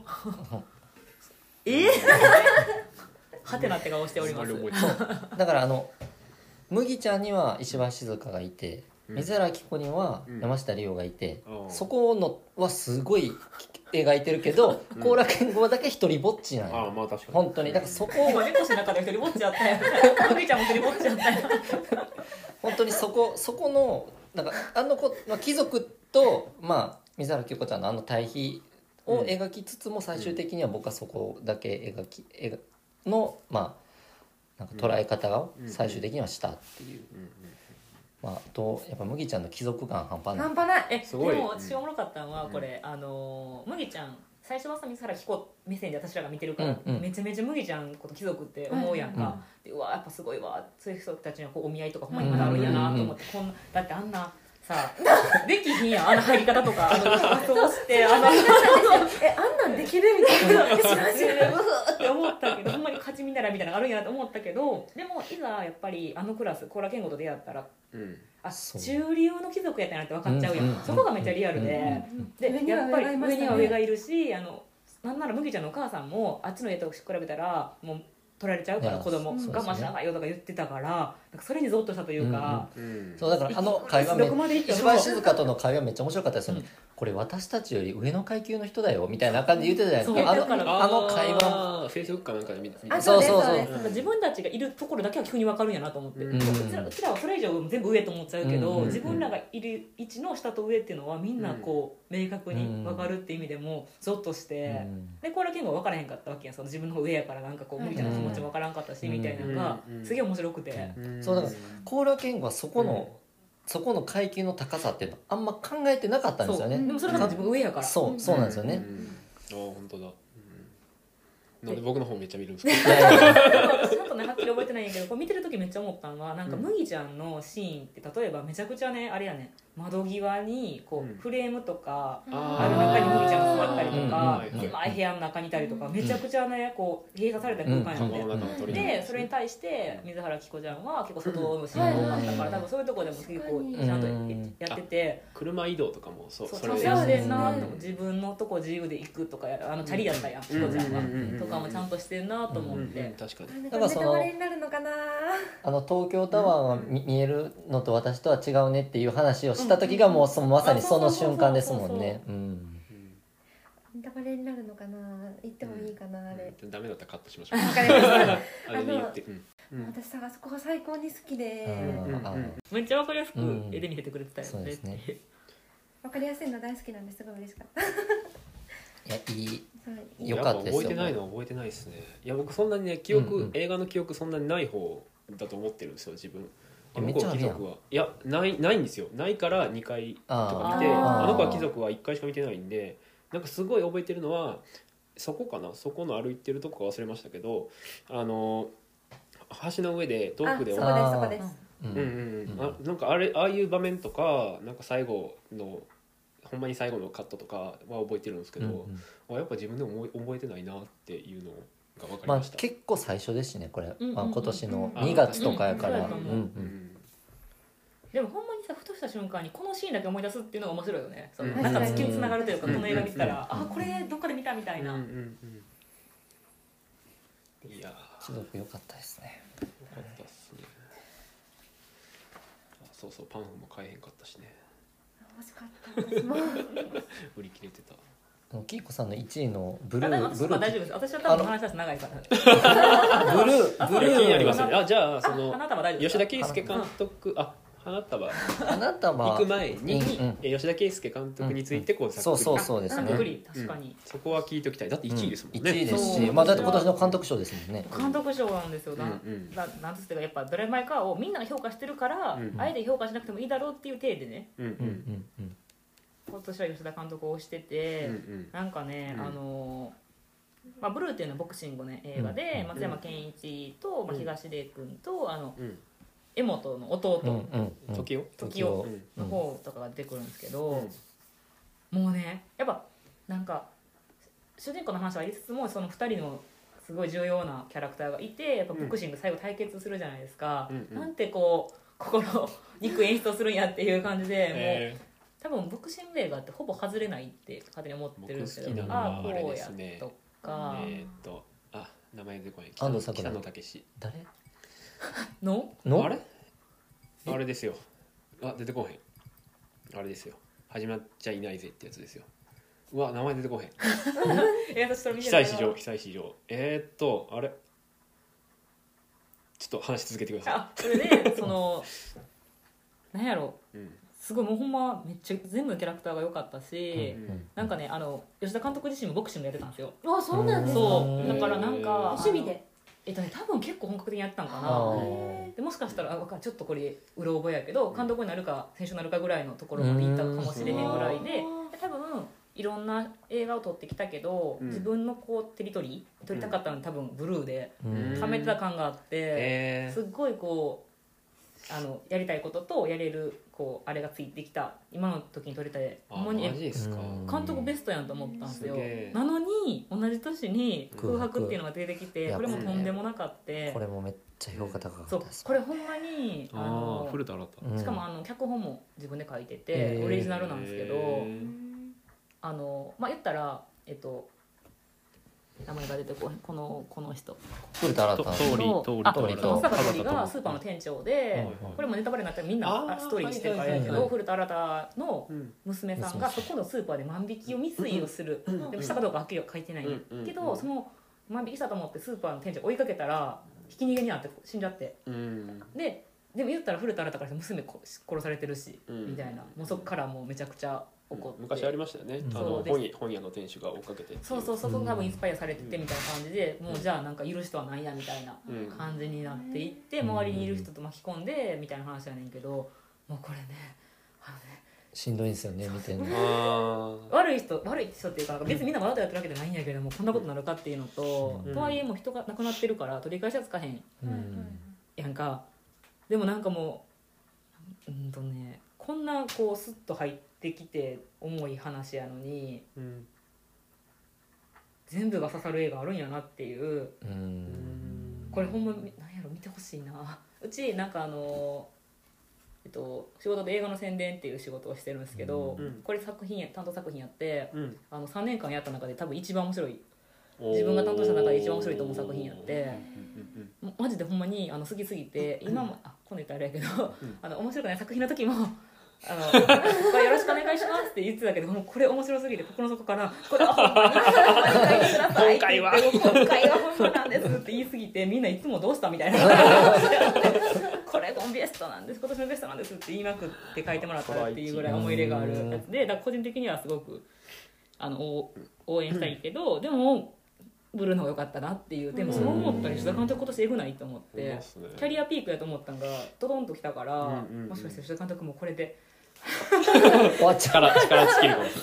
E: え ー、はてなって顔しております
B: あれ覚えて
D: そう だからあの麦ちゃんには石橋静香がい
B: う
D: て、
B: ん
D: 水原希子には
B: うん
D: 山下理央がいて、
B: ああ
D: そこのはすごい描いてるけど
B: うん
D: 後楽園語だけ一人ぼっちなん
B: ああ
D: よ
B: まあ確かに
D: 本当にだからそこ
E: 今猫の中で一人ぼっちやったよ麦ちゃんも一人ぼっちやったよ
D: 本当にそこ そこのなんかあの子、まあ、貴族と、まあ、水原希子ちゃんのあの対比を描きつつも最終的には僕はそこだけ描き描のまあなんか捉え方を
B: うん
D: 最終的にはしたっていう、
B: うんうん
D: まあ、あとやっぱ麦ちゃんの貴族感半端ない
C: 半端ない
E: え
B: すごい
E: でも私がおもろかったのは
B: うん
E: これ、あのー麦ちゃん最初はさ水原希子目線で私らが見てるから、
D: うんうん
E: めちゃめちゃ麦ちゃんこと貴族って思うやんか、
D: うん
E: でうわやっぱすごいわそういう人たちのこうお見合いとかほんまにまだあるんやなと思って、こんなだってあんなさできひんやんあの入り方とかあの仮装してあの
C: えあんなんできるみたいな知らん知らん
E: うわーって思ったけどほんまに勝ち見習いみたいなのがあるんやなと思ったけどでもいざやっぱりあのクラスコーラケンゴと出会ったら
B: うん
E: あ
D: そう
E: 中流の貴族やったなって分かっちゃうやん、
D: うんうんうん
E: そこがめっちゃリアルで、
C: うん上
E: で
C: には
E: やっぱり
C: 上がいま
E: 上
C: したね
E: には上がいるしあのなんなら麦ちゃんのお母さんもあっちの家と比べたらもう取られちゃうか
D: い
E: ら
D: や
E: 子供我
C: そう
D: ですね
E: 慢しなさいよとか言ってたからなんかそれにゾッとしたというか、
B: うん
D: そうだからあの会話め
E: どこまで行っても
D: 石橋静香との会話めっちゃ面白かったですよね、
E: うん
D: これ私たちより上の階級の人だよみたいな感じで言ってたじゃないですか
E: そ
D: あ
E: う
D: のあの会話
B: あーフェイスブックかなんかで見た
C: あそうう
D: そ
C: です
D: そうそう
C: そうです
E: なんか自分たちがいるところだけは急に分かるんやなと思って、
B: う
E: うんちらうちらはそれ以上全部上と思っちゃうけど、
D: うん
E: 自分らがいる位置の下と上っていうのはみんなこう明確に分かるって意味でもゾッとして。
D: うん
E: でコーラケンゴは分からへんかったわけやんその自分の方上やからなんかこう
C: はい
E: 麦ちゃんの気持ちも分からんかったし、
D: うん
E: みたいなのが、
B: うん
E: すげえ面白くて、
D: そうだからコーラ健吾はそこの、そこの階級の高さっていうのあんま考えてなかったんですよね
E: そうでもそれが自分上やから
D: そう、
C: うん
D: そうなんですよね。
B: ああ本当だうんなんで僕の方めっちゃ見るんですか
D: いやいや
E: ちゃんとねはっきり覚えてないんやけどこう見てる時めっちゃ思ったのはなんか
B: うん
E: 麦ちゃんのシーンって例えばめちゃくちゃねあれやね窓際にこ
B: うん
E: うフレームとか、
B: あ
E: ある中に麦ちゃんが座ったりとか
B: うんうんうん
E: 狭い部屋の中にいたりとかめちゃくちゃねこう映画された空間や
D: う
E: ね
D: ん
B: この中の鳥の
E: でそれに対して水原希子ちゃんは結構外のシーンが多かったから多分そういうところでも結構ちゃんとやってて。
B: 車移動とかもそう
E: そう
B: そ
E: そう
B: れ
E: そうでんな
D: うん
E: と自分のとこ自由で行くとかやあのチャリやったやん、
B: うん
E: お父ちゃんが、
B: うんうんうん
E: とかもちゃんとしてんなと思って、
B: うんうん確かに
C: なんかネタバレになるのかな
D: あの東京タワーが見見えるのと私とは違うねっていう話をした時がもうそのまさにその瞬間ですもんね。うん
B: うん
C: ネタバレになるのかな言ってもいいかなあれ
B: ダメだったらカットしましょう
C: わかりました
B: あれで言ってうんうん
C: 私さあそこが最高に好きで
D: うん
B: うん
D: あの
E: めっちゃわかりやすく
D: うん
E: 絵で見せてくれてたよね
D: そうですね
E: っていう
C: わかりやすいの大好きなんですごい嬉しかった
D: いやいい
C: そういい
D: よかったです
B: やぱ覚え
D: よ
B: てないのは覚えてないですねいや僕そんなにね記憶、
D: うんうん
B: 映画の記憶そんなにない方だと思ってるんですよ自分
D: やめっちゃあるやん
B: 向こう貴族はいやないないんですよないから2回とか見て
E: あ
B: あ
E: ー
B: の子は貴族は1回しか見てないんでなんかすごい覚えてるのはそこかなそこの歩いてるとこか忘れましたけどあの橋の上で遠
C: あ
B: くで
D: あ
C: そこですそこです
D: う
B: うん
D: ん
B: うんうん、
D: うん
B: あなんかあれああいう場面とかなんか最後のほんまに最後のカットとかは覚えてるんですけど、
D: うん
B: あやっぱ自分でも思い覚えてないなっていうのが分かり
D: まあ
B: ました、
D: 結構最初ですしねこれ、
E: うんうん
D: まあ、今年の
B: うん
D: 2月とかやから、
E: う
D: う
E: んうん
D: ん
B: う
D: うん
B: ん
E: でもほんまにさふとした瞬間にこのシーンだけ思い出すっていうのが面白いよねその
B: うん
E: なんか突きつながるというか
B: う
E: こ
B: ん
E: の映画見てたら
D: うん
E: あこれどっかで見たみたい
B: うん
E: な
B: うんうんいやーよ
D: 貴族良かったですね
B: かったっすねあそうそうパンフも買えへんかったしね
C: 欲しかった私も
B: 売り切れてた
D: でもキイコさんの1位のブ
E: ブ
D: ル
E: ル
D: ー
E: ー
D: ブルー
E: 大丈夫です私は多分話したら長いか
D: ブ
E: ら
D: ルーブ
B: い
D: ル
B: や気になり
D: ー
B: ますよねあじゃあその
E: あなたは大丈夫です
B: 吉田
E: か
B: 圭介監督あ花束
D: あなたは
B: 行く前に、
D: うんうん
B: え吉田圭介監督についてこうざっくり、
D: そうそうそうです
E: あ
D: ね
E: ざっくり確かに
B: そこは聞いときたいだって1位ですもんね、
D: 1位です
E: そう
D: し、まあ、だって今年の監督賞ですもんね
E: 監督賞なんですよな
B: うんうん
E: ななんつってかやっぱ「ドライマイカー」をみんなが評価してるから
B: うん
E: あえて評価しなくてもいいだろうっていう体でね
B: うんうん
D: うんうんうん
E: 今年は吉田監督を推してて
B: うん
E: なんかね、
B: うん
E: あのーまあ、ブルーっていうのはボクシングの、ね、映画で、
D: うん
E: 松山ケンイチと、まあ、
B: うん
E: 東出君とあの
B: うんうん
E: 江本の弟
D: うんうんうん
B: 時を
E: 時を
B: うん
E: の方とかが出てくるんですけ
B: う
E: ど
B: ん、
E: もうねやっぱなんか主人公の話は言いつつもその2人のすごい重要なキャラクターがいてやっぱボクシング最後対決するじゃないですか、
B: うんうん
E: なんてこう心を憎く演出をするんやっていう感じで、もう
B: えー
E: 多分ボクシング映画ってほぼ外れないって勝手に思ってるんですけ
D: 僕
E: ど
D: 好きなの
E: あ
D: は
E: あこ
B: あれ
E: う
B: で
E: や
B: すね
E: とか
B: えーっとあ名前出てこない
D: 安藤サクラ
B: 北野武
D: 誰
E: の
D: の
B: あれあれですよあ出てこへんあれですよ始まっちゃいないぜってやつですようわ名前出てこへん
E: え私 それ見
B: 被
E: てない
B: 災
E: わ
B: 市場被災市場えーっとあれちょっと話し続けてくださ
E: あそれでそのなんやろ
B: い、うん
E: すごいもうほんまめっちゃ全部のキャラクターが良かったし、
B: う
D: うん
B: ん
E: なんかねあの吉田監督自身もボクシングやってたんですよ
C: あそうなんですか
E: そ
D: へ
E: う
D: ー
E: だからなん
B: お
E: か
C: 趣味で
E: えっとね多分結構本格的にやってたのか
D: あ
E: な
D: ー
E: でもしかしたらあわかんちょっとこれうろ覚えやけど監督になるか選手になるかぐらいのところまで行ったかもしれへんぐらいで
C: うん
E: で多分いろんな映画を撮ってきたけど、
B: うん
E: 自分のこうテリトリー撮りたかったのに多分ブルーで
D: うん
E: 溜めてた感があって。
B: え
E: すっごいこうあのやりたいこととやれるこうあれがついてきた今の時に撮れて
B: ー、
E: ほ
B: あ
E: んま
B: マ
E: に
B: ジ
E: え
B: ですか、
D: うん
E: 監督ベストやんと思ったんですよ
B: すげえ
E: なのに同じ年に空
D: 空白
E: 白っていうのが出てき
D: い
E: て
D: や
E: これもとんでもなかって
D: これもめっちゃ評価高かった
E: そう
D: です
E: これほんまにあ
B: ああ
E: の
B: 古田新太
D: うん
E: しかもあの脚本も自分で書いて
D: へ
E: て
D: ー
E: オリジナルなんですけど、
B: へ
E: あのまあ言ったらえっと名前が出てこないこのこの人
D: 古田新
B: と
D: 太
B: 通り
E: そう
B: 通り
E: あ
B: 通り
E: 松坂桃李
D: 花
E: が
D: 田
E: スーパーの店長
D: は
E: で
D: い、はい
E: これもネタバレになったらみん
B: あ
E: な
B: ー
E: あストーリーにしてるからや
D: は
E: け
D: いはいは
E: ど
D: い
E: 古田新太の
B: うん
E: 娘さん
D: 娘さ
E: が
D: ん
E: そこのスーパーで万引きを未遂をする
B: うん
E: でもしたかどうかはっきりは書いてない
B: うん
E: け
B: うんうん
E: どその万引きしたと思ってスーパーの店長追いかけたらひき逃げになって死んじゃって
B: うん
E: ででも言ったら古田新太からして娘こ殺されてるし
B: うん
E: みたいなもうそっからもうめちゃくちゃ怒って
B: 昔ありましたよね、
D: うん
B: あの
E: そう
B: 本屋本屋の店主が追っかけてってい
E: そうそうそうそこが多分インスパイアされててみたいな感じでもうじゃあなんか許しとはないやみたいな
B: うん
E: 感じになっていって
D: うん
E: 周りにいる人と巻き込んでみたいな話やねんけどもうこれねあのね
D: しんどいんですよね見てるの
B: ああ
E: 悪い人悪い人っていうか別にみんな笑ってやってるわけじゃないんやけどもこんなことなるかっていうのと、
B: うん
E: とはいえもう人が亡くなってるから取り返しはつかへん
D: う
C: はい
D: ん
E: やんかでもなんかもううんとねこんなこうスッと入ってきて重い話やのに
B: うん
E: 全部が刺さる映画あるんやなっていう
D: うん
E: これほんまみなんやろ見てほしいなうちなんかあのえっと仕事で映画の宣伝っていう仕事をしてるんですけど、
B: うん
E: これ作品や担当作品やって
B: うん
E: あの3年間やった中で多分一番面白い
B: おー
E: 自分が担当した中で一番面白いと思う作品やって
B: うん
E: まマジでほんまにあの好きすぎて今もあ今度言ったらあれやけど、
B: うん
E: あの面白くない作品の時も「あのこれよろしくお願いします」って言ってたけどもうこれ面白すぎて心の底から「これはほんまにほんまに書いてください」って言って「今回は本当なんです」って言いすぎてみんないつも「どうした?」みたいな「これコンベストなんです今年のベストなんです」って言いまくって書いてもらったっていうぐらい思い入れがあるやつでだから個人的にはすごくあの応応援したいけど、でもブルーの方が良かったなっていうでもそう思ったり須田監督今年えぐないと思って、キャリアピークやと思ったんがドドンときたから、
B: うんうんうん
E: もしかして須田監督もこ れで
D: 終わっちゃう
B: 力力尽きるかもし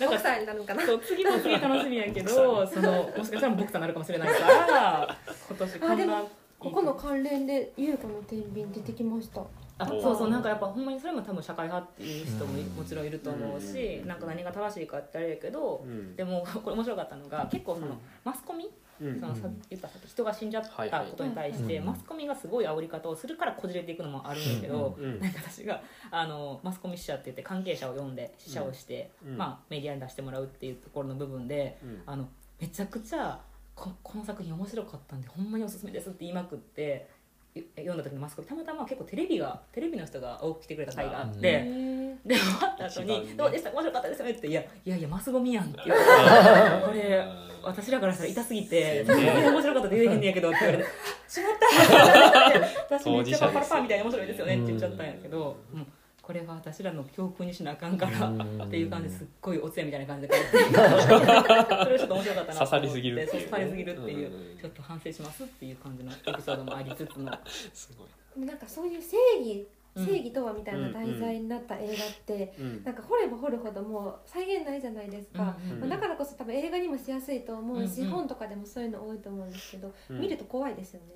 E: なん
C: 奥
E: か
C: さんになるのかな
E: そう次も次楽しみやけどそのもしかしたら僕となるかもしれない から今年こんな
C: あでも
E: い
C: こ
E: い
C: この関連で優子の天秤出てきました
E: あ
B: おー
E: そうそうなんかやっぱほんまにそれも多分社会派っていう人もい
D: うん
E: もちろんいると思うし、
B: うん
E: なんか何が正しいかってあれやけど、
B: れない、うん
E: でも これ面白かったのが結構その、
B: うん
E: マスコミ
B: うん
E: そのさ
D: うん
E: 言ったさっき人が死んじゃったことに対して、
D: はいはい
E: マスコミがすごい煽り方をするからこじれていくのもあるんだけど、
B: うん
E: なんか私があのマスコミ死者って言って関係者を読んで死者をして、
B: うん
E: まあ、メディアに出してもらうっていうところの部分で
B: うん
E: あのめちゃくちゃここの作品面白かったんでほんまにおすすめですって言いまくってい読んだ時のマスコミたまたま結構テレビがテレビの人が多く来てくれた回があっ
D: え
E: て。
C: へ
E: で終わった後
B: 一番
E: に
B: ね
E: 「どうでした面白かったですよね」って「いやいやいやマスゴミやん」って言われ
B: あー
E: てこれ私らからしたら痛すぎて
B: そう
E: 全
B: ね
E: 然面白かったって言えへんねやけどって言わ れて「しまった!」って私めっちゃパラパラパラみたいに面白いですよねって言っちゃったんやけど、うんこれは私らの教訓にしなあかんから
D: うん
E: っていう感じですっごいおつやみたいな感じで書い てそれちょっと面白かったなと思って
B: 刺さりすぎるって
E: そう
B: いうね
E: 刺さりすぎるっていう
B: うんうんうん
E: ちょっと反省しますっていう感じのエピソードもありつつの
B: すごい、
C: ーなんかそういう正義
E: うん
C: 正義とはみたいな題材になった映画って
B: うん
C: なんか掘れば掘るほどもう再現ないじゃないですか、
E: うんうん
B: うん
C: まあだからこそ多分映画にもしやすいと思うし、
E: うんうん
C: 本とかでもそういうの多いと思うんですけど、
B: うん
C: 見ると怖いですよね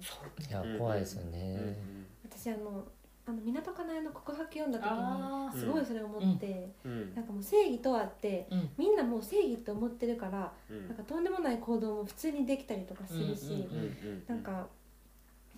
D: いや怖いですよ
B: う
D: ね
B: ん
C: 私あのあの港かなえの告白読んだ時に
E: あー
C: すごいそれ思って、
B: うん
C: なんかもう正義とはって
E: うん
C: みんなもう正義って思ってるから
B: うん
C: なんかとんでもない行動も普通にできたりとかするし、
E: うんうん
B: うんうん
C: なんか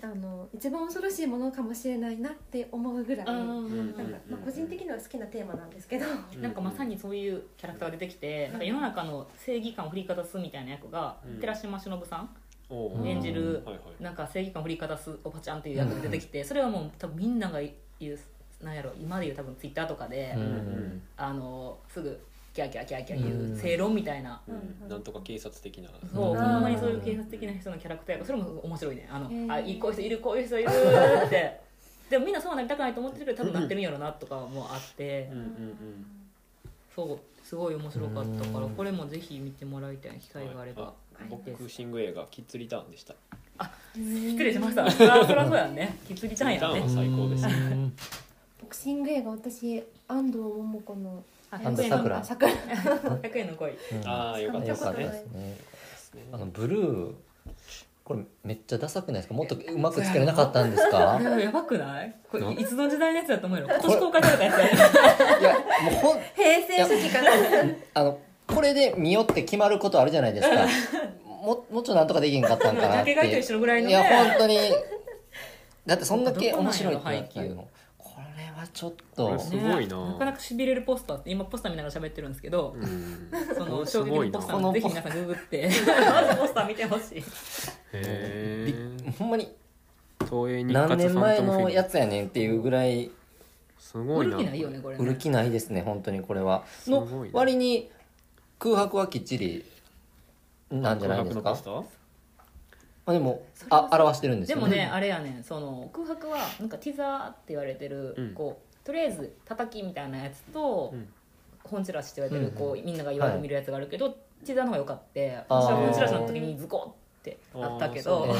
C: あの一番恐ろしいものかもしれないなって思うぐらい、なんか、
B: うん
C: まあ、個人的には好きなテーマなんですけど、
E: なんかまさにそういうキャラクターが出てきて、なんか世の中の正義感を振りかざすみたいな役が、
B: うん
E: 寺島しのぶさん
B: おう
E: 演じる、
B: はいはい
E: なんか正義感を振りかざすおばちゃんっていう役が出てきて、それはもう多分みんなが言うなんやろ今で言う多分ツイッターとかで、
D: うん
E: あのすぐキャーキャーキャーキャー
D: う
E: 言
D: ん
E: う正論みたいな。
B: うんなんとか警察的な
E: そうほ
D: うん
E: んまにそういう警察的な人のキャラクターやからそれも面白いねあの、
C: へー
E: あいいこういう人いるこういう人いる ってでもみんなそうはなりたくないと思ってるけど多分なってるんやろなとかもあって、
B: うんうん
E: そうすごい面白かったから
D: うん
E: これもぜひ見てもらいたい機
B: うん
E: 会があれば、
B: はい僕シング映画キッズリターンでした
E: 失礼しましたそりゃそりゃそうやんねきつりちゃんやん
B: う
E: ね
B: ん最高ですね
D: うん
C: ボクシング映画私安藤桃子の
E: あ
D: 安藤
E: 100円
D: サク
E: の
D: ラ
C: あ桜
E: 100円の恋
B: ああよかった
D: よ
B: です
D: かった
B: ね
D: ですねあのブルーこれめっちゃダサくないですかもっとうまく作れなかったんです
E: あ
D: か
E: れやばくないこれ
D: ない
E: つの時代のやつだと思うよ今年公開されたやつやね
D: いやもうほん
C: 平成初期かな
D: あのこれで見よって決まることあるじゃないですかももうちょっとなんとかできへんかったん
E: ジ
D: かなっ
E: ャ
D: て
E: ケ買いと一緒のぐらい
D: い
E: のね
D: や本当にだってそんだけ面白いってなった
E: どこなんや
D: のこれはちょっ と
B: すごいな
E: ねなかなかしびれるポスターって今ポスター見ながら喋ってるんですけど、
B: うん
E: その
B: す
E: 衝撃
B: ご
E: の
B: いな
E: ポスター
D: この
E: もぜひ皆さんググって まずポスター見てほしい
B: へー
D: ほんまに
B: 東映日活
D: 何年
B: ファン
D: 前
B: トムフィ
D: の
B: ルム
D: やつやねんっていうぐらい
B: すご
E: 売
B: い
E: る
B: な
E: 気ないよねこれね
D: 売る気ないですね本当にこれは
B: す
D: の
B: ごいな
D: 割に空白はきっちりなんじゃないです
B: 空
D: か
B: 白のポス
D: あでもあ表してるんです
E: で
D: よね
E: もねあれやねんその空白はなんかティザーって言われてる、
B: うん
E: こうとりあえず叩きみたいなやつと、
B: うん
E: 本チラシって言われてる、
D: うん
E: こうみんなが言われて見るやつがあるけど、ティザーの方が良かって
D: あー
E: 私は本チラシの時にズコってあったけ
B: あ
E: ど
D: へ
E: そう,、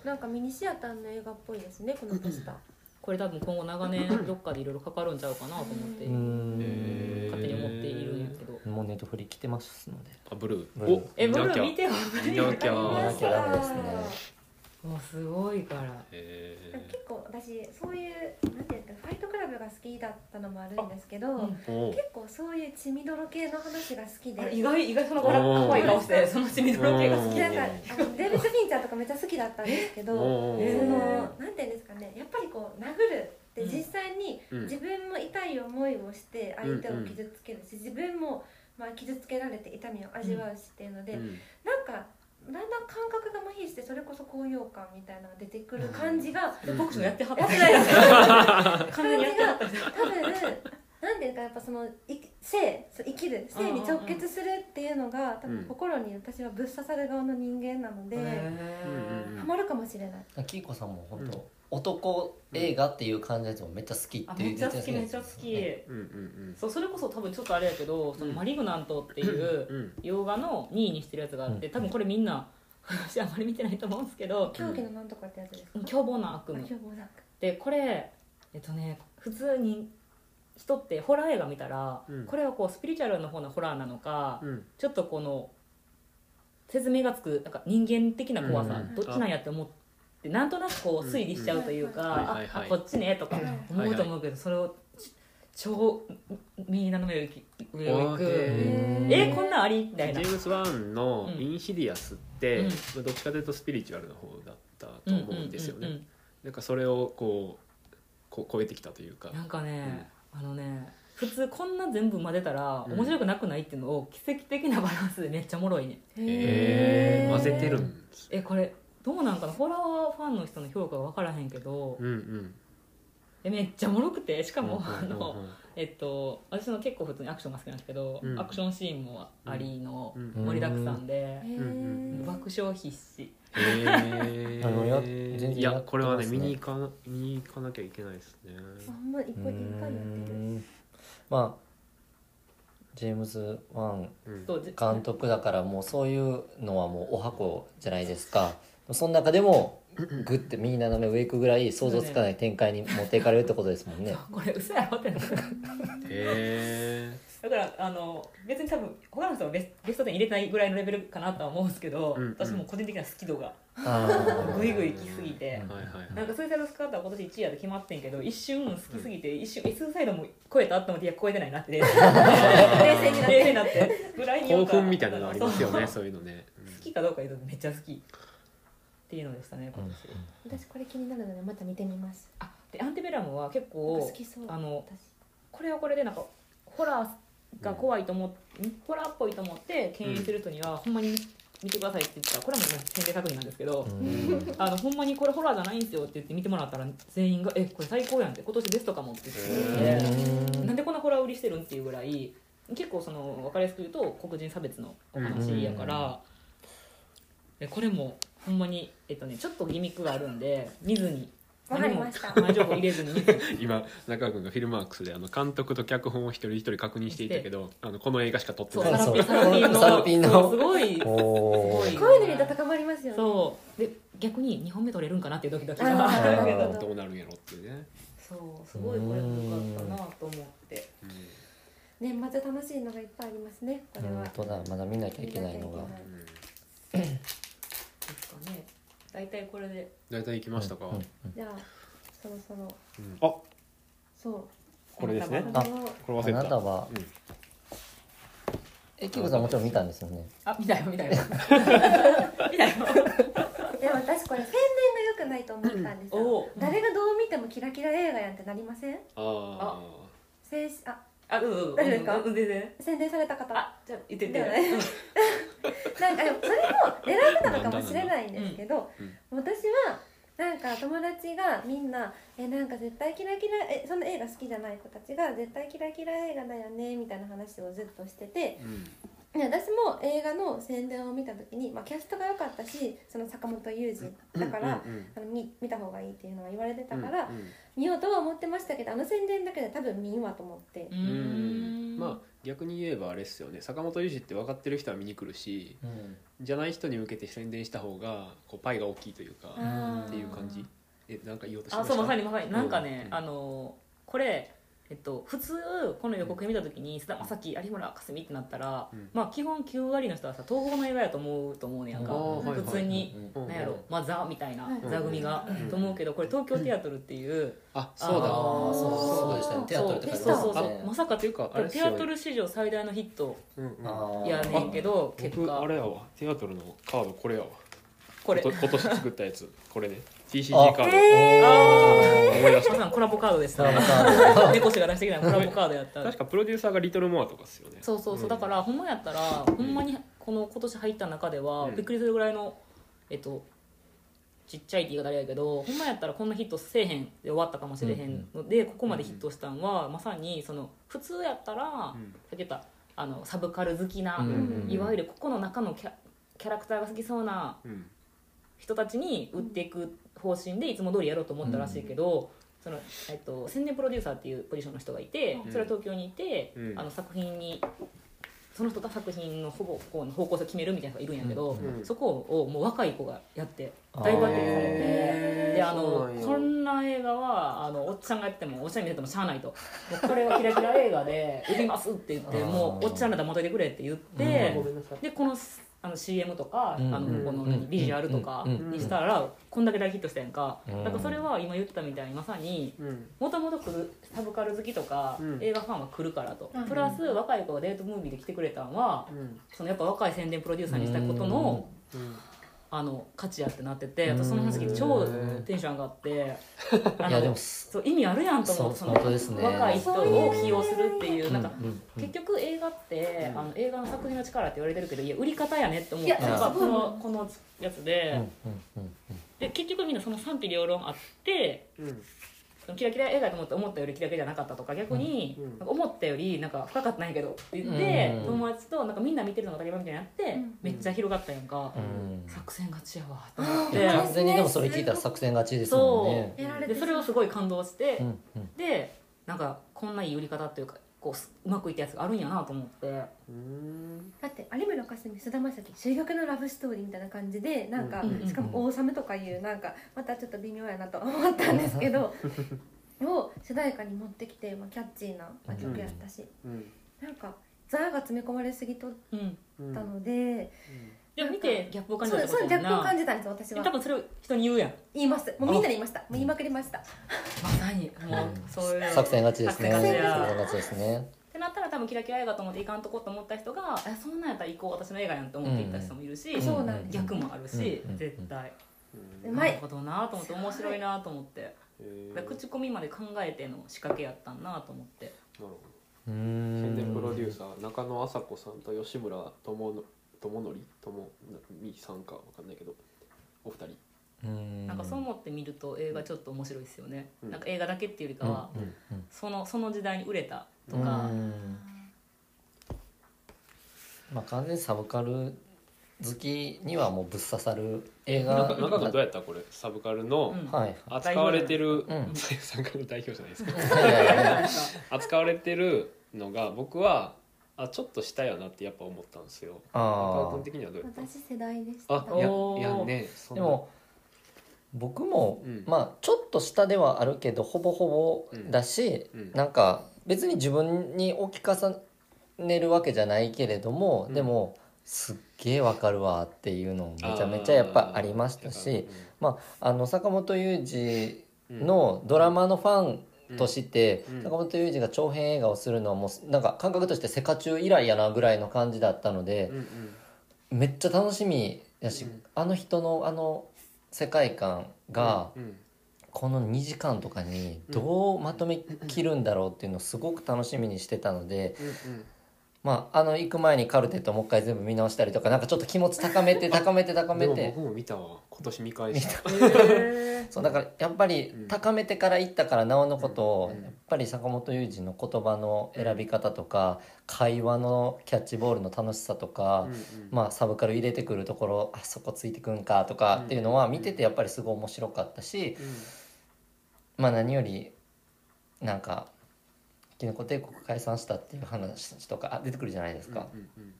D: ー
C: なんかミニシアターの映画っぽいですねこのポスター
E: これ多分今後長年どっかでいろいろかかるんちゃうかなと思って、
D: うーん
E: 勝手に思っているんやけど、
D: もうネットフリ来てますので
B: あブルー
D: ブルー
B: お
E: えブル
B: 見なきゃ
E: ー見てよブル
B: 見なき
E: ー
B: ゃ
E: も
D: 見なきゃダメですね
E: うすごいから
B: へ
C: 結構私そういうなんていうんですかファイトクラブが好きだったのもあるんですけど、
E: うん
B: ーおう
C: 結構そういう血みどろ系の話が好きで
E: 意外意外その怖い顔してその血みどろ系が好き
C: なんかあのデービッド・フィンチャーとかめっちゃ好きだったんですけどそ
B: お
C: の
B: ー
C: なんていうんですかねやっぱりこう殴るって実際に
B: うん
C: 自分も痛い思いをして相手を傷つけるし自分もまあ傷つけられて痛みを味わうしっていうので、
B: うん
C: なんかだんだん感覚が麻痺してそれこそ高揚感みたいなのが出てくる感じが、
E: ボクシングやってはった
C: やってないですよ
E: 完全にやってはった
C: 多分なんていうかやっぱそのい生そう生きる生に直結するっていうのが多
B: うん
C: 分心に私はぶっ刺さる側の人間なので、
E: へー
B: うんうんうん
C: ハマるかもしれない
D: キーコさんも本当男映画っていう感じのやつもめっちゃ好き
E: あ
D: って
E: め
D: い
E: っ
D: う
E: ちゃ好
D: 出
E: き
D: てる
E: め
D: や
E: っ
D: つ
E: ちゃ好き
B: うんうん
E: そうそれこそ多分ちょっとあれやけど「その
B: うん
E: マリグナント」っていう
B: うんうん
E: 洋画の2位にしてるやつがあって
D: うん
E: 多分これみんな 私あんまり見てないと思うんですけど
C: 狂気のなんとかってやつですか
E: 「凶暴な悪
C: あ
E: 夢
C: 凶暴なんか」
E: でこれえっとね普通に人ってホラー映画見たら
B: うん
E: これはこうスピリチュアルの方のホラーなのか
B: うん
E: ちょっとこの説明がつくなんか人間的な怖
B: う
E: さ
B: ん
E: どっちなんやって思ってなんとなくこう推理しちゃうという
C: うん
B: はい
E: か
B: はい
E: あ
B: はい
E: あこっちねとか
C: はい
E: 思うと思うけどそれをち超右に斜め上を行
B: あーへ
E: く
B: ー
E: えこんなんありみたいな
B: ジェームス・ワンの「インシディアス」って、
E: うん
B: まあどっちかというとスピリチュアルの方だったと思うんですよね、
E: うんうん
B: なんかそれをこうこう超えてきたというか
E: うんなんかねあのね普通こんな全部混ぜたら面白くなくないっていうのを奇跡的なバランスでめっちゃおもろいね
B: へ
C: へ
B: え
C: ー
B: 混ぜてるんです
E: えこれどうなんかなホラーファンの人の評価が分からへんけど
B: うんうん
E: えめっちゃおもろくてしかも
B: うん
E: あのえっと、私の結構普通にアクションが好きなんですけど、
B: うん
E: アクションシーンもありの
B: うんうん
E: 盛りだくさんで、
C: へー
B: うん
E: 爆笑必至
B: へ
D: あのや
B: ー
D: 全然
B: いや
D: やってますね
B: これはね見に行かな見に行かなきゃいけないですね
C: あんまり一個一回やってる
D: まあジェームズ・ワン
B: うん
E: そうじ
D: 監督だからもうそういうのはもうお箱じゃないですかその中でもグッて右斜め上行くぐらい想像つかない展開に持っていかれるってことですもんね
E: これ嘘やろってなる
B: へえ
E: だからあの別に多分他の人はベスベスト10入れてないぐらいのレベルかなとは思うんですけど、
B: うんうん
E: 私も個人的な好き度が
D: あ
E: ぐいぐいきすぎて、
B: はいはい
E: なんかスーサイドスカートは今年1位やで決まってんけど一瞬好きすぎて一瞬えスーサイドも超えたと思っていや超えてない なって冷
B: 冷
E: 静になって冷静に なってぐらいに
B: 興奮みたいなのありますよね
E: そう
B: そういうのねうん
E: 好きかどうか言うとめっちゃ好きっていうのでしたね今年、
C: 私これ気になるのでまた見てみます
E: あでアンティベラムは結
C: なんか
E: 構
C: 好きそう
E: あの
C: 私
E: これはこれでなんかホラーが怖いと思っ、ホラーっぽいと思って牽引する人には、ほんまに見てくださいって言ったらこれはもう宣伝作品なんですけど、あのほんまにこれホラーじゃないんですよって言って見てもらったら全員が「えこれ最高やん」って「今年ベストかも」って言っててなんでこんなホラー売りしてるんっていうぐらい結構その分かりやすく言うと黒人差別のお話やから、えこれもほんまに、えっとね、ちょっとギミックがあるんで見ずに
C: わかりました
E: 何も前情報入れずに 見ずに
B: 今中川君がフィルマークスであの監督と脚本を一人一人確認していたけどあのこの映画しか撮って
E: そう
B: ない
E: サラ
D: そう
E: ピサラピンの
D: サラピンの
E: そうすごい
D: お
E: す
D: ー
E: ご
C: こういうの見ると高まりますよね
E: そうで逆に2本目取れるんかなっていうドキドキが
C: あ
D: ー
E: あるけ
D: う
E: ど
D: ん
B: どうなるんやろっていうね、
E: そうすごいこれ良かったなと思って
B: うん
C: 年末楽しいのがいっぱいありますねこれは
D: 本当だまだ見なきゃいけないのが
B: うん、
E: ですかね大体これで
B: 大体行きましたか、
D: うんうん
C: じゃあそろそろ
B: うんあ
C: そう
B: これですね
C: こ
D: あ
C: れを
B: これ忘
D: あ
B: れ
D: な
B: て
D: た
B: た
D: は
B: うん
D: えきこさんもちろん見たんですよね
E: あ見たよ見 たよ見たよ
C: いや私これ宣伝が良くないと思ったんですよ
E: おー
C: 誰がどう見てもキラキラ映画やんってなりません
B: あ
C: せいしあ
E: あうんうんうん
C: 大丈夫ですか
E: うん全然
C: 宣伝された方
E: あじゃあ言ってみて
C: だよね
E: うん
C: なんかでもそれも狙ってたのかもしれないんですけど、私はなんか友達がみんな「えなんか絶対キラキラえその映画好きじゃない子たちが絶対キラキラ映画だよね」みたいな話をずっとしてて
B: ー、うん、
C: で私も映画の宣伝を見た時に、まあ、キャストが良かったしその坂本雄二だから、
B: うんうん
C: あの見見た方がいいっていうのは言われてた
B: うん
C: から、
B: うん
C: 見ようとは思ってましたけどあの宣伝だけで多分見んわと思って、
E: う
B: うん
E: ーん
B: まあ逆に言えばあれですよね坂本龍二って分かってる人は見に来るし
D: うん
B: じゃない人に向けて宣伝した方がこうパイが大きいというか
C: あー
B: っていう感じえなんか言おうとして
E: あ
B: まし
E: そう
B: た
E: まさにまさになんかね、
B: うん
E: あのこれえっと、普通この予告編見た時に菅田将暉有村架純ってなったら、
B: うん
E: まあ基本9割の人はさ東宝の映画やと思うと思うねやんか、
B: うん
E: 普通に、
B: うん
E: なんやろ、まあ、ザみたいな、
C: うん
E: ザ組が、
B: うん
E: と思うけどこれ東京テアトルっていう、
B: あそうだ
E: あー
D: そうそうで
B: だ
D: したね
C: あ
D: テアトルって書いて
E: そ
D: ま
E: う
D: す
E: そう
D: ね
E: そうまさか
B: って
E: と
B: い
E: いう
B: うかあれっす
E: テ
B: よ
E: ア
B: ね
E: トル史上最大のヒット
B: うんうん
D: あー
E: やねんけど結
B: 僕あ
E: 果
B: れやわテアトルのカードこれやわ
E: これ
B: と今年作ったやつこれね TCG
D: あ
B: カード、
D: おー
B: 思い出し
E: まさ
B: た
E: にコラボカードでし
D: コ
E: た
D: ラボカード
E: 猫氏が出してきたコラボカードやった
B: 確かプロデューサーがリトルモアとかっすよね
E: そうそうそう、だか、らほんまやったらほんまにこの今年入った中では、
B: うん
E: びっくりするぐらいのえっとちっちゃいって言い方あれやけどほんまやったらこんなヒットせえへんで終わったかもしれへんので、ここまでヒットしたんは、まさにその普通やったら、
B: ん
E: さっき言ったあのサブカル好きな、
D: うん
C: うん
E: いわゆるここの中のキャキャラクターが好きそうな
B: うん
E: 人たちに売っていく方針でいつも通りやろうと思ったらしいけど、そのえっと、宣伝プロデューサーっていうポジションの人がいて、
B: うん
E: それは東京にいて、
B: うん
E: あの作品にその人が作品のほぼこう方向性を決めるみたいな人がいるんやけど、
B: うん
E: そこをもう若い子がやって大抜擢され
B: へ
E: て
B: ー
E: であの
B: そうなんや
E: そんな映画はあのおっちゃんがやってもおっちゃん見ててもしゃあないともうこれはキラキラ映画で売りますって言って
D: あー
E: もうおっちゃんらだまといてくれって言って、
D: う
B: ご
D: ん
B: めんなさい
E: でこのあの CM とか、
D: うん
E: あのこの
D: うん
E: ビジュアルとか
D: うん
E: にしたら、こんだけ大ヒットしたやんか、
D: うん
E: だからそれは今言ったみたいにまさに
B: うん
E: もともと来るサブカル好きとか、
B: うん
E: 映画ファンは来るからと、
C: うん
E: プラス若い子がデートムービーで来てくれたんは
B: うん
E: そのやっぱ若い宣伝プロデューサーにしたことの,、
B: うん
E: あの価値やってなってて
D: うん
E: 私その話聞いて超
B: うん
E: テンション上がって あ
D: いやで
E: の
D: もそ
E: そう意味あるやんと思
D: そうう
E: そ
D: 本
E: の
D: 当ですね
E: 若い人を起用するっていうなんか
D: うんうんうん
E: 結局映画って、
B: うん
E: あの映画の作品の力って言われてるけどいや売り方やねって思っ
C: いや
E: たのが
C: そう
E: このこのやつで,、
D: うんうんうん
E: で結局みんなその賛否両論あって
B: うん
E: そのキラキラ映画と思って思ったよりキラキラじゃなかったとか逆に、
B: うん
E: なんか思ったよりなんか深かったんやけどって言って、
D: うん
E: 友達となんかみんな見てるのが当たり前みたいになって、
C: うん
E: めっちゃ広がったやんか、
D: うん
E: 作戦勝ちやわと思っ
C: あ
E: て
C: ー
D: 完全にでもそれ聞いたら作戦勝ちですもんね
C: やられ
E: で
C: て
E: それをすごい感動して、
D: うんうん
E: でなんかこんないい売り方っていうかこうすうまくいったやつがあるんやなと思って。
B: うん
C: だって有村架純菅田将暉修学のラブストーリーみたいな感じでなんか、
E: うん
C: しかも「王様」とかいうなんかまたちょっと微妙やなと思ったんですけどを主題歌に持ってきて、まあ、キャッチーなまあ曲やったし、
B: うん
C: なんか「ザーが詰め込まれすぎとっ
E: うん
B: うん
C: たので、
E: でも見てギャップを感じた
C: そうそうギャップを感
E: じ
C: じたんです私は
E: 多分それを人に言うやん
C: 言いますもうみんなに言いましたもう言いまくりました
E: まさにもう
D: うん
E: そういう
D: 作戦勝ちですね
E: 作
D: 作
E: 戦
D: 戦
E: 勝ちやっ
D: 勝ちですね
E: てなったら多分キラキラ映画と思っていかんとこと思った人がえそんなんやったら行こう私の映画やんと思って行った人もいるし、
C: んそうなんです
E: 逆もあるし、
D: うん
E: 絶対、
B: うん
C: うまい
E: なるほどなと思って面白いなと思って、
B: へー
E: だから口コミまで考えての仕掛けやったんなと思って
B: なるほど宣
D: 宣
B: 伝プロデューサー中野麻子さんと吉村智則智則智美さんかわかんないけどお二人
D: ー
E: なんかそう思って見ると映画ちょっと面白いですよね、
B: うん
E: なんか映画だけっていうよりかは、
D: うんうん
E: そのその時代に売れたと
D: うん
E: か、
D: うんまあ完全にサブカル好きにはもうぶっ刺さる映画
B: 中中野どうやったこれサブカルの
E: うん
D: はい
B: 扱われてる、
D: うん
B: 参加の代表じゃないですか
D: いやいやいや
B: 扱われてるのが僕はあちょっとしたやなってやっぱ思ったんですよ
D: あ
B: 中尾君
D: ー
B: 的にはどうやった
C: 私世代でした
B: あ
E: おー
B: いやいやねそん
D: で
B: な
D: も僕も、
B: うん
D: まあちょっと下ではあるけどほぼほぼだし、
B: うんうん
D: なんか別に自分に置き重ねるわけじゃないけれども、
B: うん
D: でもすっげえわかるわっていうのめちゃめちゃやっぱありましたし、まあ、あの坂本雄二
B: うん
D: のドラマのファン
B: うん
D: として、
B: うん
D: 坂本龍二が長編映画をするのはもうなんか感覚としてセカチュウ以来やなぐらいの感じだったので
B: うん、うん
D: めっちゃ楽しみやし、
B: うん
D: あの人のあの世界観が
B: うん
D: この2時間とかにどうまとめきるんだろうっていうのをすごく楽しみにしてたので、
B: うんうん
D: まあ、あの行く前にカルテットもう一回全部見直したりとかなんかちょっと気持ち高めて高 めて高め
B: でも
D: て
B: 僕も見たわ今年見返した
D: そうだからやっぱり
B: うん
D: 高めてから行ったからなおのことを
B: うん
D: やっぱり坂本雄二の言葉の選び方とか会話のキャッチボールの楽しさとか
B: うんうん
D: まあサブカル入れてくるところあそこついてくんかとかっていうのは見ててやっぱりすごい面白かったしまあ何よりなんかキノコ帝国解散したっていう話とかあ出てくるじゃないですか
B: うんうんうん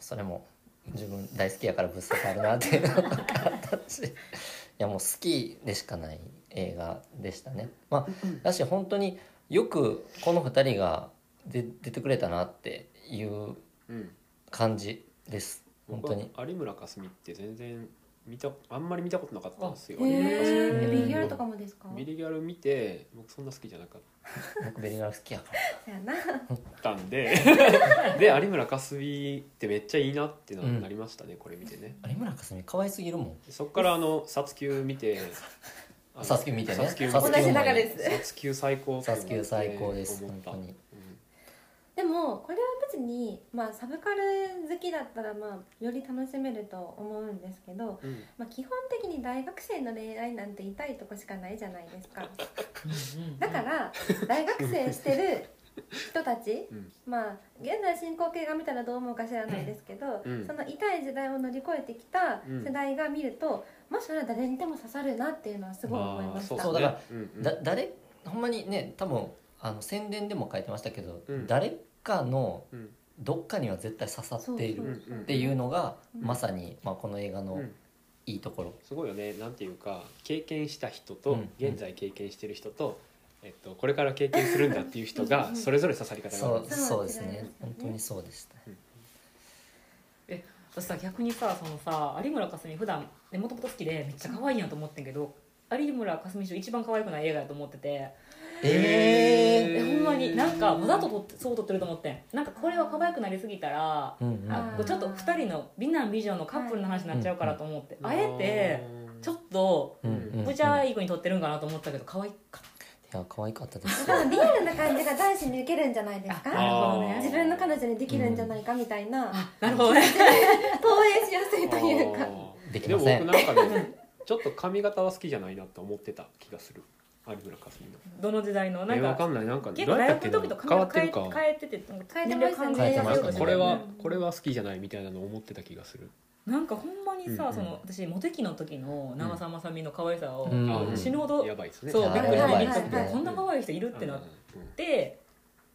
D: それも自分大好きやからぶっ刺さるなっていうのがあったしいやもう好きでしかない映画でしたねまあだし本当によくこの2人がで出てくれたなっていう
B: うん
D: 感じです本
B: 僕
D: 当
B: は
D: に
B: 有村架純って全然見たあんまり見たことなかったんですよ
C: へー
D: へ
C: え
D: ー
C: ビリヤルとかもですか
B: ビリギャル見て僕そんな好きじゃなかっ
D: 僕ベリガル好きやから
C: そうやな
B: たんで で有村架純ってめっちゃいいなってな,、
D: うん
B: りましたねこれ見てね
D: 有村架純可愛すぎるもん
B: そっからあの「サツキュー」見てあの
D: サツキュー見てね
B: サツキュー
D: サツ
C: 同
D: キュ
C: じ
D: ー
C: 流
D: も
C: れ
D: いい
C: です
B: サツキュー最高って
D: サ
B: 思っ
D: ツ
B: て
D: キュー最高です
B: 思っ
D: 本
B: た
D: 当に
C: でもこれは別に、まあ、サブカル好きだったら、まあ、より楽しめると思うんですけど、
B: うん
C: まあ、基本的に大学生の恋愛なんて痛いとこしかないじゃないですかだから大学生してる 人たち、
B: うん
C: まあ現在進行形が見たらどう思うか知らないですけど、
B: うん
C: その痛い時代を乗り越えてきた
B: うん
C: 世代が見ると、もしあれ誰にでも刺さるなっていうのはすごい思いました
D: そうだから
B: うんうん
D: だ誰ほんまにね多分あの宣伝でも書いてましたけど、
B: うん
D: 誰かの
B: うん
D: どっかには絶対刺さってい
B: うん
D: る
B: うんうん
D: っていうのが、
C: うん
D: まさに、まあ、この映画
B: う
D: の
B: ん
D: いいところ、
B: すごいよねなんていうか経験した人
D: う
B: と
D: ん
B: 現在経験してる人と、えっと、これから経験するんだっていう人がそれぞれ刺さり方が
D: そ
B: ある
D: う
C: そう
D: そうですね
C: 違いますね
D: 本当にそうでした、ね
E: 私さ逆にさそのさ有村架純普段ねもともと好きでめっちゃ可愛いなと思ってんけど有村架純以上一番可愛くない映画やと思ってて
D: え
E: えほんまになんかわざと撮ってそう撮ってると思ってんなんかこれは可愛くなりすぎたら
D: ーうんうん、
E: あこうちょっと2人の美男美女のカップルの話になっちゃうからと思ってあえてちょっと
D: うんうんうん
E: ブチャイコに撮ってるんかなと思ったけど可愛かっ
D: いや可愛かったです
C: だからリアルな感じが男子に受けるんじゃないです
E: たなる
C: か
E: ほどね
B: あー
C: 自分の彼女にできるんじゃないかみたいな、
E: あなるほどね
C: 投影しやすいというか
B: あー
D: できません
B: でも僕なんかねちょっと髪型は好きじゃないなって思ってた気がする有村架純の
E: どの時代のな
B: え
E: ん
B: わか
E: か
B: んないなんか
E: 結
B: ど
E: 構
B: う
E: 大
B: やったっ
E: 学
B: けな
E: の時と
B: 変わ
E: 髪
B: ってる
E: 型
B: か
E: 変え変えてて
C: 変えてましたね
E: 年齢感じ
D: 変えてましたね
B: これは
C: うん
B: これは好きじゃないみたいなの思ってた気がする
E: なんかほんまに
B: うん
E: さ、
B: うん
E: その私モテ期の時の長澤まさみの可愛さを、
D: うん
B: あー
E: 死ぬほど
B: やばいですね
E: そうび
D: あ
E: っ
D: れ
E: くり
D: や
E: し
D: ば
E: て
D: い
E: び
D: です
E: っく
D: ね
E: りしてこんな可愛い人いるってなっ
B: うんうん
E: て、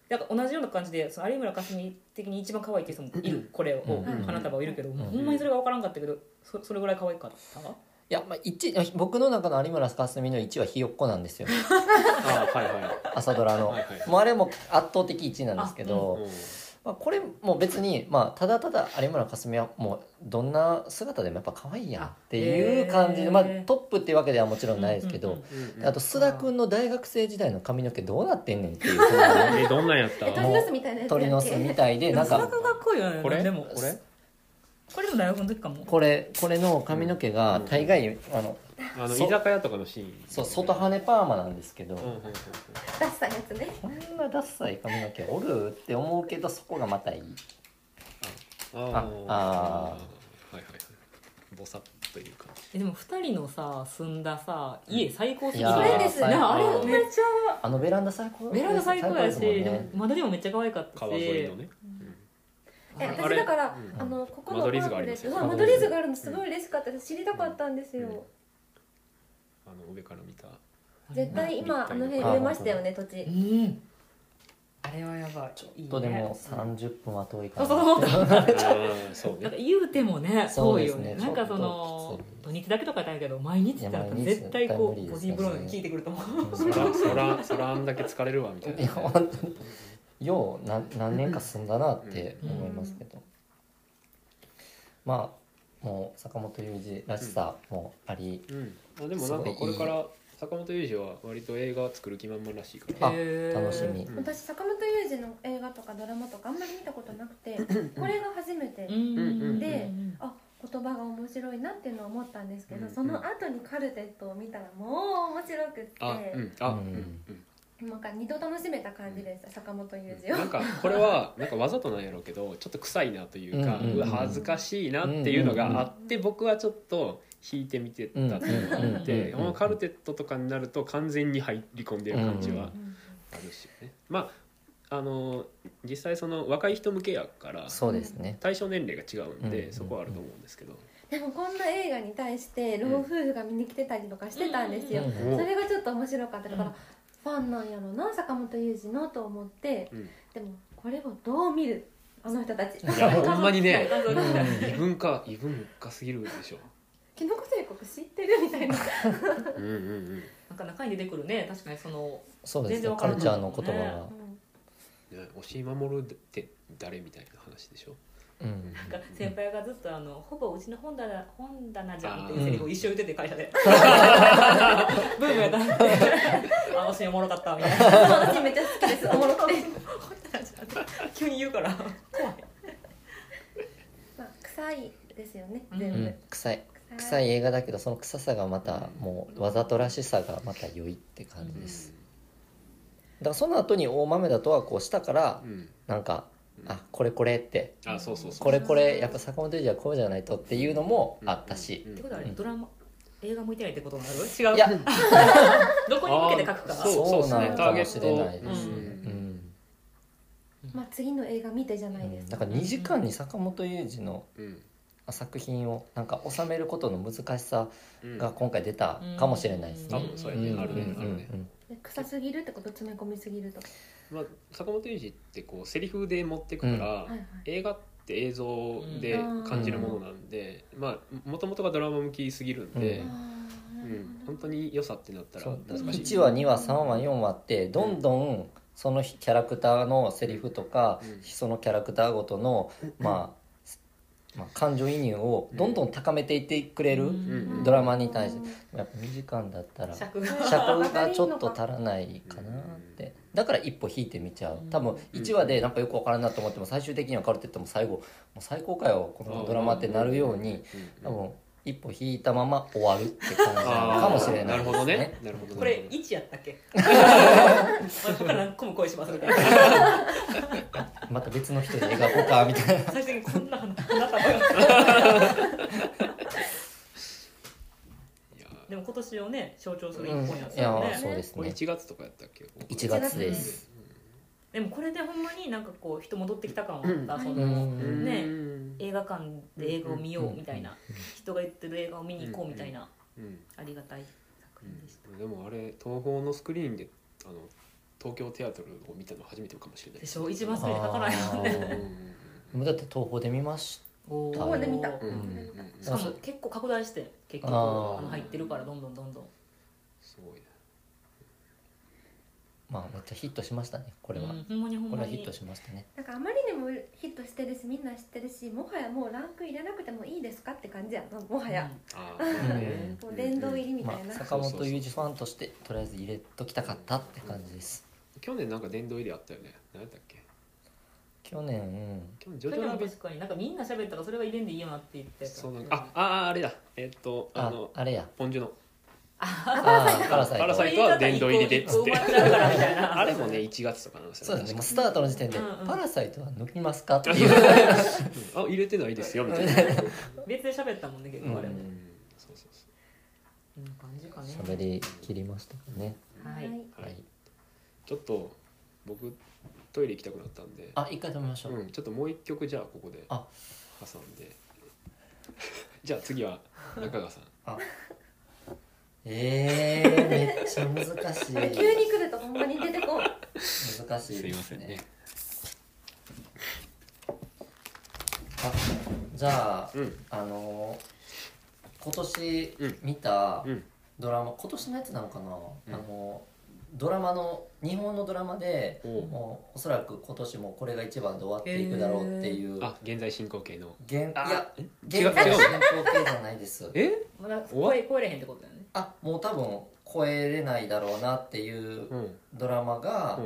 E: なんか同じような感じでその有村架純的に一番可愛いって人もいる、これを、
D: うん
C: うん
E: 花束をいるけど、
D: ん
E: もうほんまにそれが分からんかったけどそそれぐらい可愛かった
D: いや、まあ、一僕の中の有村架純の1はひよっこなんですよ
B: あーはいはい
D: 朝ドラの
B: はいはい
D: もうあれも圧倒的1位なんですけど、まあ、これも別に、まあ、ただただ有村架純はもうどんな姿でもやっぱ可愛いやんっていう感じで、
E: あへー
D: まあ、トップっていうわけではもちろんないですけど、
E: うんうん
B: うんうん
D: あと須田君の大学生時代の髪の毛どうなってんねんって いう
B: えどんなんやった
C: え鳥の巣みたいなやつだっけ
D: 鳥の巣みたいでなん
E: 田中
D: か
E: がかっこいいよね
B: これ
E: でも
B: これ
E: これでも大学の時かも
D: これこれの髪の毛が大概あの
B: あの
D: そ
B: 居酒屋とかのシーン
D: そう外羽パーマなんですけど、
B: うんうんうんうん
C: 出したやつね
D: こんなダッサい髪の毛おるって思うけどそこがまたいい
B: あー
D: あ
B: はいはいはいボサッというか
E: えでも2人のさ住んださ家最高す
D: い
E: ぎ
D: や
E: る
D: ー
C: それです
D: 最
E: な
D: 高
E: あれめっちゃ
D: あのベランダ最高
E: ベランダ最高やし、
D: 最です
E: で
D: もん
E: も
D: ね
E: 窓でもめっちゃ可愛かったし
B: 川沿いのねうん
C: え
B: あれ
C: 私だから
B: うん
C: あのここ
B: 間
C: のパ
B: 取り図
C: ー
B: があ
C: ク
B: りま
C: ですす
B: よ
C: うわ間取り図があるのすごい嬉しかったです知りたかったんですよ、
B: あの上から見 た
C: 絶対今あの辺
D: あ
C: 植えましたよね土地
E: うんあれはやばいちょ
D: ちょっとでも30分は遠いかな
E: そうそうそう
B: あーそう
E: なん
B: ね
E: か言うてもね
D: そう
E: 遠い
D: で
E: よ
D: すね
E: ねなんかそ
D: ちょっ
E: の
D: と
E: 土日だけとかやったんやけど毎日だったら
D: いや毎日
E: 絶対
D: 絶
E: こ
D: 対無理
E: う
D: で
E: ボ
D: すね
E: ディーブローに効いてくると思う
B: そらそらそらあんだけ疲れるわみたい
D: いや
B: な
D: 本当によう何何年か住んだなって思いますけど、まあもう坂本龍二らしさもあり、
B: うんあでもなんかこれから坂本龍二は割と映画作る気満々らしいから
D: あ
E: へー
D: 楽しみ
B: うん
C: 私坂本龍二の映画とかドラマとかあんまり見たことなくてこれが初めて
E: うん
B: うんうん
C: であ言葉が面白いなっていうのは思ったんですけ
B: うんう
C: ど
B: ん
C: その後にカルテットを見たらもう面白く
B: あう
C: っ
B: んあ
D: う
B: うんんうん
C: てなんか二度楽しめた感じでした坂本龍二を
B: なんかこれはなんかわざとなんやろうけどちょっと臭いなというか、
D: う
B: うん
D: うんうん
B: わ恥ずかしいなっていうのがあって、僕はちょっと引いてみてたっていうのがあって、
D: うん
B: このカルテットとかになると完全に入り込んでる感じは
C: うん
B: あるしね、まああの実際その若い人向けやから
D: そうですね
B: 対象年齢が違うん
D: うん
B: でそこはあると思うんですけど、
C: でもこんな映画に対して老夫婦が見に来てたりとかしてたんですよ
D: うん
B: うん
C: それがちょっと面白かっただから
E: うん
C: ファンなんやろな坂本龍二のと思って
B: うん
C: でもこれをどう見るあの人たち
B: いやほんまにね
E: 家族
D: うん
B: 異文化異文化すぎるでしょ、
C: キノコ帝国知ってるみたいな
B: うんうんうん
E: なんか中に出てくるね確かにその
D: そうです
E: 全然
D: ね
E: わ
D: カ
E: から
D: ル
E: な
D: チ
E: か
D: ャ
E: っ
D: ー
E: たも
D: の
E: んね
D: 言葉が、
B: ね、押井守って誰みたいな話でしょ
D: うん、
E: なんか先輩がずっとあの「ほぼうちの本棚本棚じゃん」っていうセリフを一生言ってて会社 でブームやったんで「あ私おもろかった」みたいな
C: 私めっちゃ好きですおもろくて
E: 本棚じゃんって急に言うから怖い
C: まあ臭いですよね
D: う
C: 全
D: ん
C: 部、
D: 臭い臭い映画だけどその臭さがまたもうわざとらしさがまた良いって感じです、だからその後に大豆だとはこう下から
B: うん、
D: なんか、あこれこれって
B: あそうそうそう
D: これこれやっぱ坂本龍二はこうじゃないとっていうのもあったし、
B: うん
E: ってことはあれドラマ映画向いてないってことになる 違う
D: いや
E: どこに向けて書く
B: あ
E: か
B: ーそうそうです
D: な
B: ね
D: の
B: タ
D: か
B: ーゲ
D: もしれない
B: ッ
D: で
B: ト
D: すね
E: うん
D: うん
C: まあ、次の映画見てじゃないです
D: だから2時間に坂本雄二の
B: うん
D: 作品をなんか収めることの難しさ
B: うん
D: が今回出たかもしれないです
B: 多
D: ね。
B: 分そうやね、
D: うん
B: あるねあるね、
D: うん
C: で臭すぎるってこと詰め込みすぎるとか、
B: まあ、坂本龍二ってこうセリフで持ってくから、
C: はいはい、
B: 映画って映像で感じるものなんで、まあもともとがドラマ向きすぎるんで、
C: あ
B: うん
C: ー
B: 本当に良さってなったら
D: そう
B: 難しい
D: 1話2話3話4話ってどんどんそのキャラクターのセリフとか、
B: うん
D: そのキャラクターごとの、まあ、まあ感情移入をどんどん高めていってくれる、
B: ん
D: ドラマに対してやっぱ2時間だったら尺
E: 尺が
D: がちょっと足らないかなってだから一歩引いてみちゃう多分1話でなんかよくわからんなと思っても最終的には分かるって言っても最後もう最高回はこのドラマってなるように
B: うん
D: 多分一歩引いたまま終わるって感じなのかもしれな
B: あーないる
D: で
B: ほ
D: す
B: ど
D: ね
B: ね。なるほど
E: これ
B: なる
E: 一やっ たっけ俺他何個も恋しますみたいな
D: また別の人で描こうかみたいな
E: 最終的にこんな花花束が
B: ほどいや
E: でも今年をね象徴する一
D: うん
E: 本やっ
D: い
E: たよ
D: や
E: ね、
D: そうです
B: これ
D: ね
B: 1月とかやったっけ
D: 1月です
E: でもこれでほんまになんかこう人戻ってきた感はあった、
C: うん
E: そ
D: うん
E: の
B: うん
E: ね
B: うん
E: 映画館で映画を見ようみたいな、
D: うん
E: 人が言ってる映画を見に行こうみたいな、
B: うん
E: ありがたい作品でした、
B: でもあれ東宝のスクリーンであの東京テアトルを見たの初めてかもしれない
E: でしょ一番最初に書かないもんね
D: あーもうだって東宝で見まし
E: おー
D: 東宝で
C: 見た
B: うんうんうんうん
E: しかも結構拡大して結局
D: あー
E: あの入ってるからどんどんどんどん
B: すごいね
D: まあめっちゃヒットしましたねこ
E: こ
D: れは、
E: うん、ほんまにほん
D: こ
E: ま
D: れはヒッ
E: に
D: トしましたね
C: なんかあまりにもヒットしてるしみんな知ってるしもはやもうランク入れなくてもいいですかって感じやなもはや、
B: あーまあね
C: もう殿堂入りみた
D: ま
C: いな、
D: あ、坂本雄二ファンとしてとりあえず入れときたかったって感じです
B: 去年なんか殿堂入りあったよね何やったっけ
D: 去年、うん
B: 去年ジョ
E: 去
B: ジョ
E: 年
B: ラ
E: も
B: ビッ
E: 確かになんかみんな喋ったからそれが入れんでいいよなって言ってた
B: そうなんかああーあれだえっとあ
D: あ
B: の
D: あれや
B: ポンジュの
D: あーパラサイ
B: パラ
D: ト
B: サイトは殿堂入りでっつって
E: こういう言い方一個一個生まれたからみたい な
B: あれもね1月とかなんです
D: そ
B: よ
D: う
B: ね
D: です
B: 確
D: ねもう
B: か
D: スタートの時点で
E: うん
D: 「
E: うん
D: パラサイトは抜きますか?」っていう
B: うんあ入れてないですよみたいなうん
E: 別で喋ったもんね結構あれも、
D: う
B: そうそうそ
E: こんな感じかね
D: 喋り切りましたかね
E: はい
B: うん
D: は
B: はい
D: い
B: ちょっと僕トイレ行きたくなったんで
D: あ一回止めましょう、
B: うんちょっともう一曲じゃあここで
D: あ
B: 挟んで じゃあ次は中川さん
D: えー、めっちゃ難しい
C: 急に来るとほんまに出てこん
D: 難しいですねあじゃあ、
B: うん
D: あのー今年
B: うん
D: 見た
B: うん
D: ドラマ、今年のやつなのかな、
B: うん
D: あのドラマの日本のドラマで
B: おう
D: もうおそらく今年もこれが一番で終わっていくだろうっていう、
B: あ現在進行形の
D: 現いや
B: え
D: 現
B: 違う
D: 在進
B: 違
D: 行
B: う
D: 形じゃないです
B: え
E: まだ
B: おわ
E: 声超えれへんってことだよね
D: あもう多分超えれないだろうなっていう
B: うん
D: ドラマが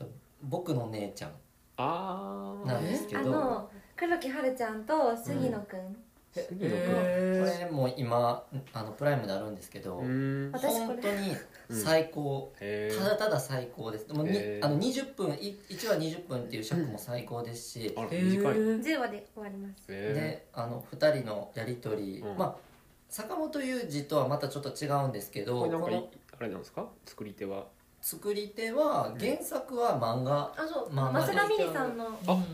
B: うん
D: 「僕の姉ちゃん
B: あ」あ
D: なんですけ
C: あ
D: どこ
C: の黒木華ちゃんと杉野くん、
B: 杉野君
E: え
D: れも今あのプライムであるんですけど、
B: うん
C: 私これ
D: 本当に最高、
B: へ
D: ただただ最高ですもうに、
B: へー
D: あの20分い1話20分っていう尺も最高ですし、
B: あら
E: ー
B: 短いへ
C: 10話で終わります
B: え
D: であの2人のやり取り、
B: うん
D: まあ坂本雄二とはまたちょっと違うんですけど
B: これ
D: こ
B: なんかい
D: の
B: あれなんですか作り手は
D: 作り手は原作は漫画、
C: あそう、
D: まあまあ
C: 増田美里さんの、は
B: あ
E: うん
B: へ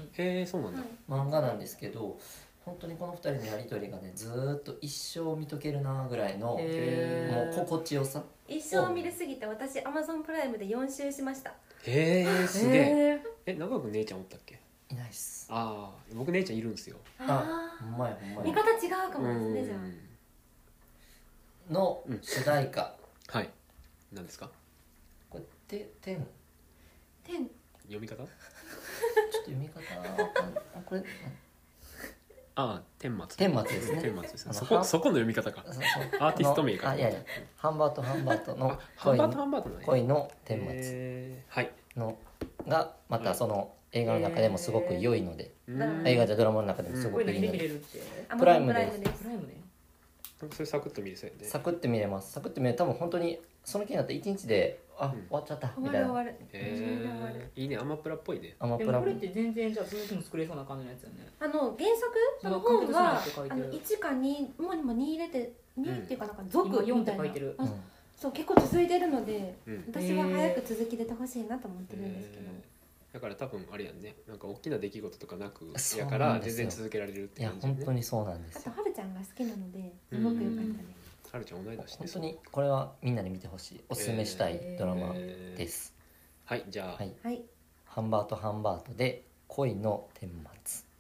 B: えそうなんだ
C: い、
D: 漫画なんですけど本当にこの2人のやり取りがねずーっと一生見とけるなぐらいの、
E: へー
D: もう心地よさ
C: 一生見れすぎて私 Amazon プライムで4周しました
B: へえすげえ
E: へ
B: え長く姉ちゃんおったっけ
D: いないっす
B: ああ僕姉ちゃんいるんですよ
C: あ
D: ほんまやほん
C: あ
D: ま
C: 見
D: や
C: 方違うかもです
B: う
C: ね
B: ん
C: じゃあ
D: の
B: うん
D: 主題歌
B: はい何ですか
D: これ「ててん」
C: 天
B: 読み方
D: ちょっと読み方あこ
B: あ
D: れ
B: あ天末
D: 天末ですね
B: 天末ですね
D: あの
B: そ
D: ハ
B: こ
D: ン
B: そこの読み方か
D: そうそう
B: アーティスト名
D: あ
B: か
D: のあいやいやハンバートハンバートの
B: あハン
D: 恋
B: バートハ
D: の
B: ンバートね
D: 恋の天末
B: へーはい
D: のがまたその映画の中でもすごく良いので
B: うん
C: あ
D: 映画じゃドラマの中でもす
E: こ
D: ご
E: うい
D: く
E: うの
D: いいの
E: 入れ見れ
D: で
E: るって
D: プライ
C: Amazon
D: ム
C: プ
D: で
C: ラ
D: す
C: イムです
E: プライムね
B: なんかそれサクッと見れそうやね
D: サクッて見れますサクッて見れる多分本当にその気になった一日であ
B: うん
D: 終わっちゃった
C: 終
D: み
C: わ
D: たい
C: る終わる
D: な
C: 終わる
B: へえいいねアマプラっぽいね
D: アマ
E: で
D: プ
E: も
D: ラ
E: こ
D: も
E: れって全然じゃあ続きも作れそうな感じのやつよね
C: あの原作その
E: そう
C: 本は
E: 監督さんって書い
C: あ
E: てる
C: の1か2もう今2入れて2っていうかなんか続
E: 今4
C: み
E: ったて
C: いな、
E: 書いてる
D: う
C: あ
D: ん
C: そう結構続いてるので
B: うん
C: 私は早く続き出てほしいなと思ってるんですけど、
B: へだから多分あれやんねなんか大きな出来事とかなく
D: そう
B: や
D: なん
B: から
D: で
B: 全
D: すよ
B: 然続けられるっ
D: い
B: て
D: や
B: 感じ、ね、
D: 本当にそうなんで
C: あ
D: す
C: と
D: よ
C: はるちゃんが好きなのです
B: うん
C: ごく良かったね、
B: はるちゃん同い年で
D: 本
B: す
D: 当にこれはみんなに見てほしいおすすめしたいドラマです、
B: はいじゃあ、
D: はい
C: はい
D: ハンバートハンバートで恋の顛末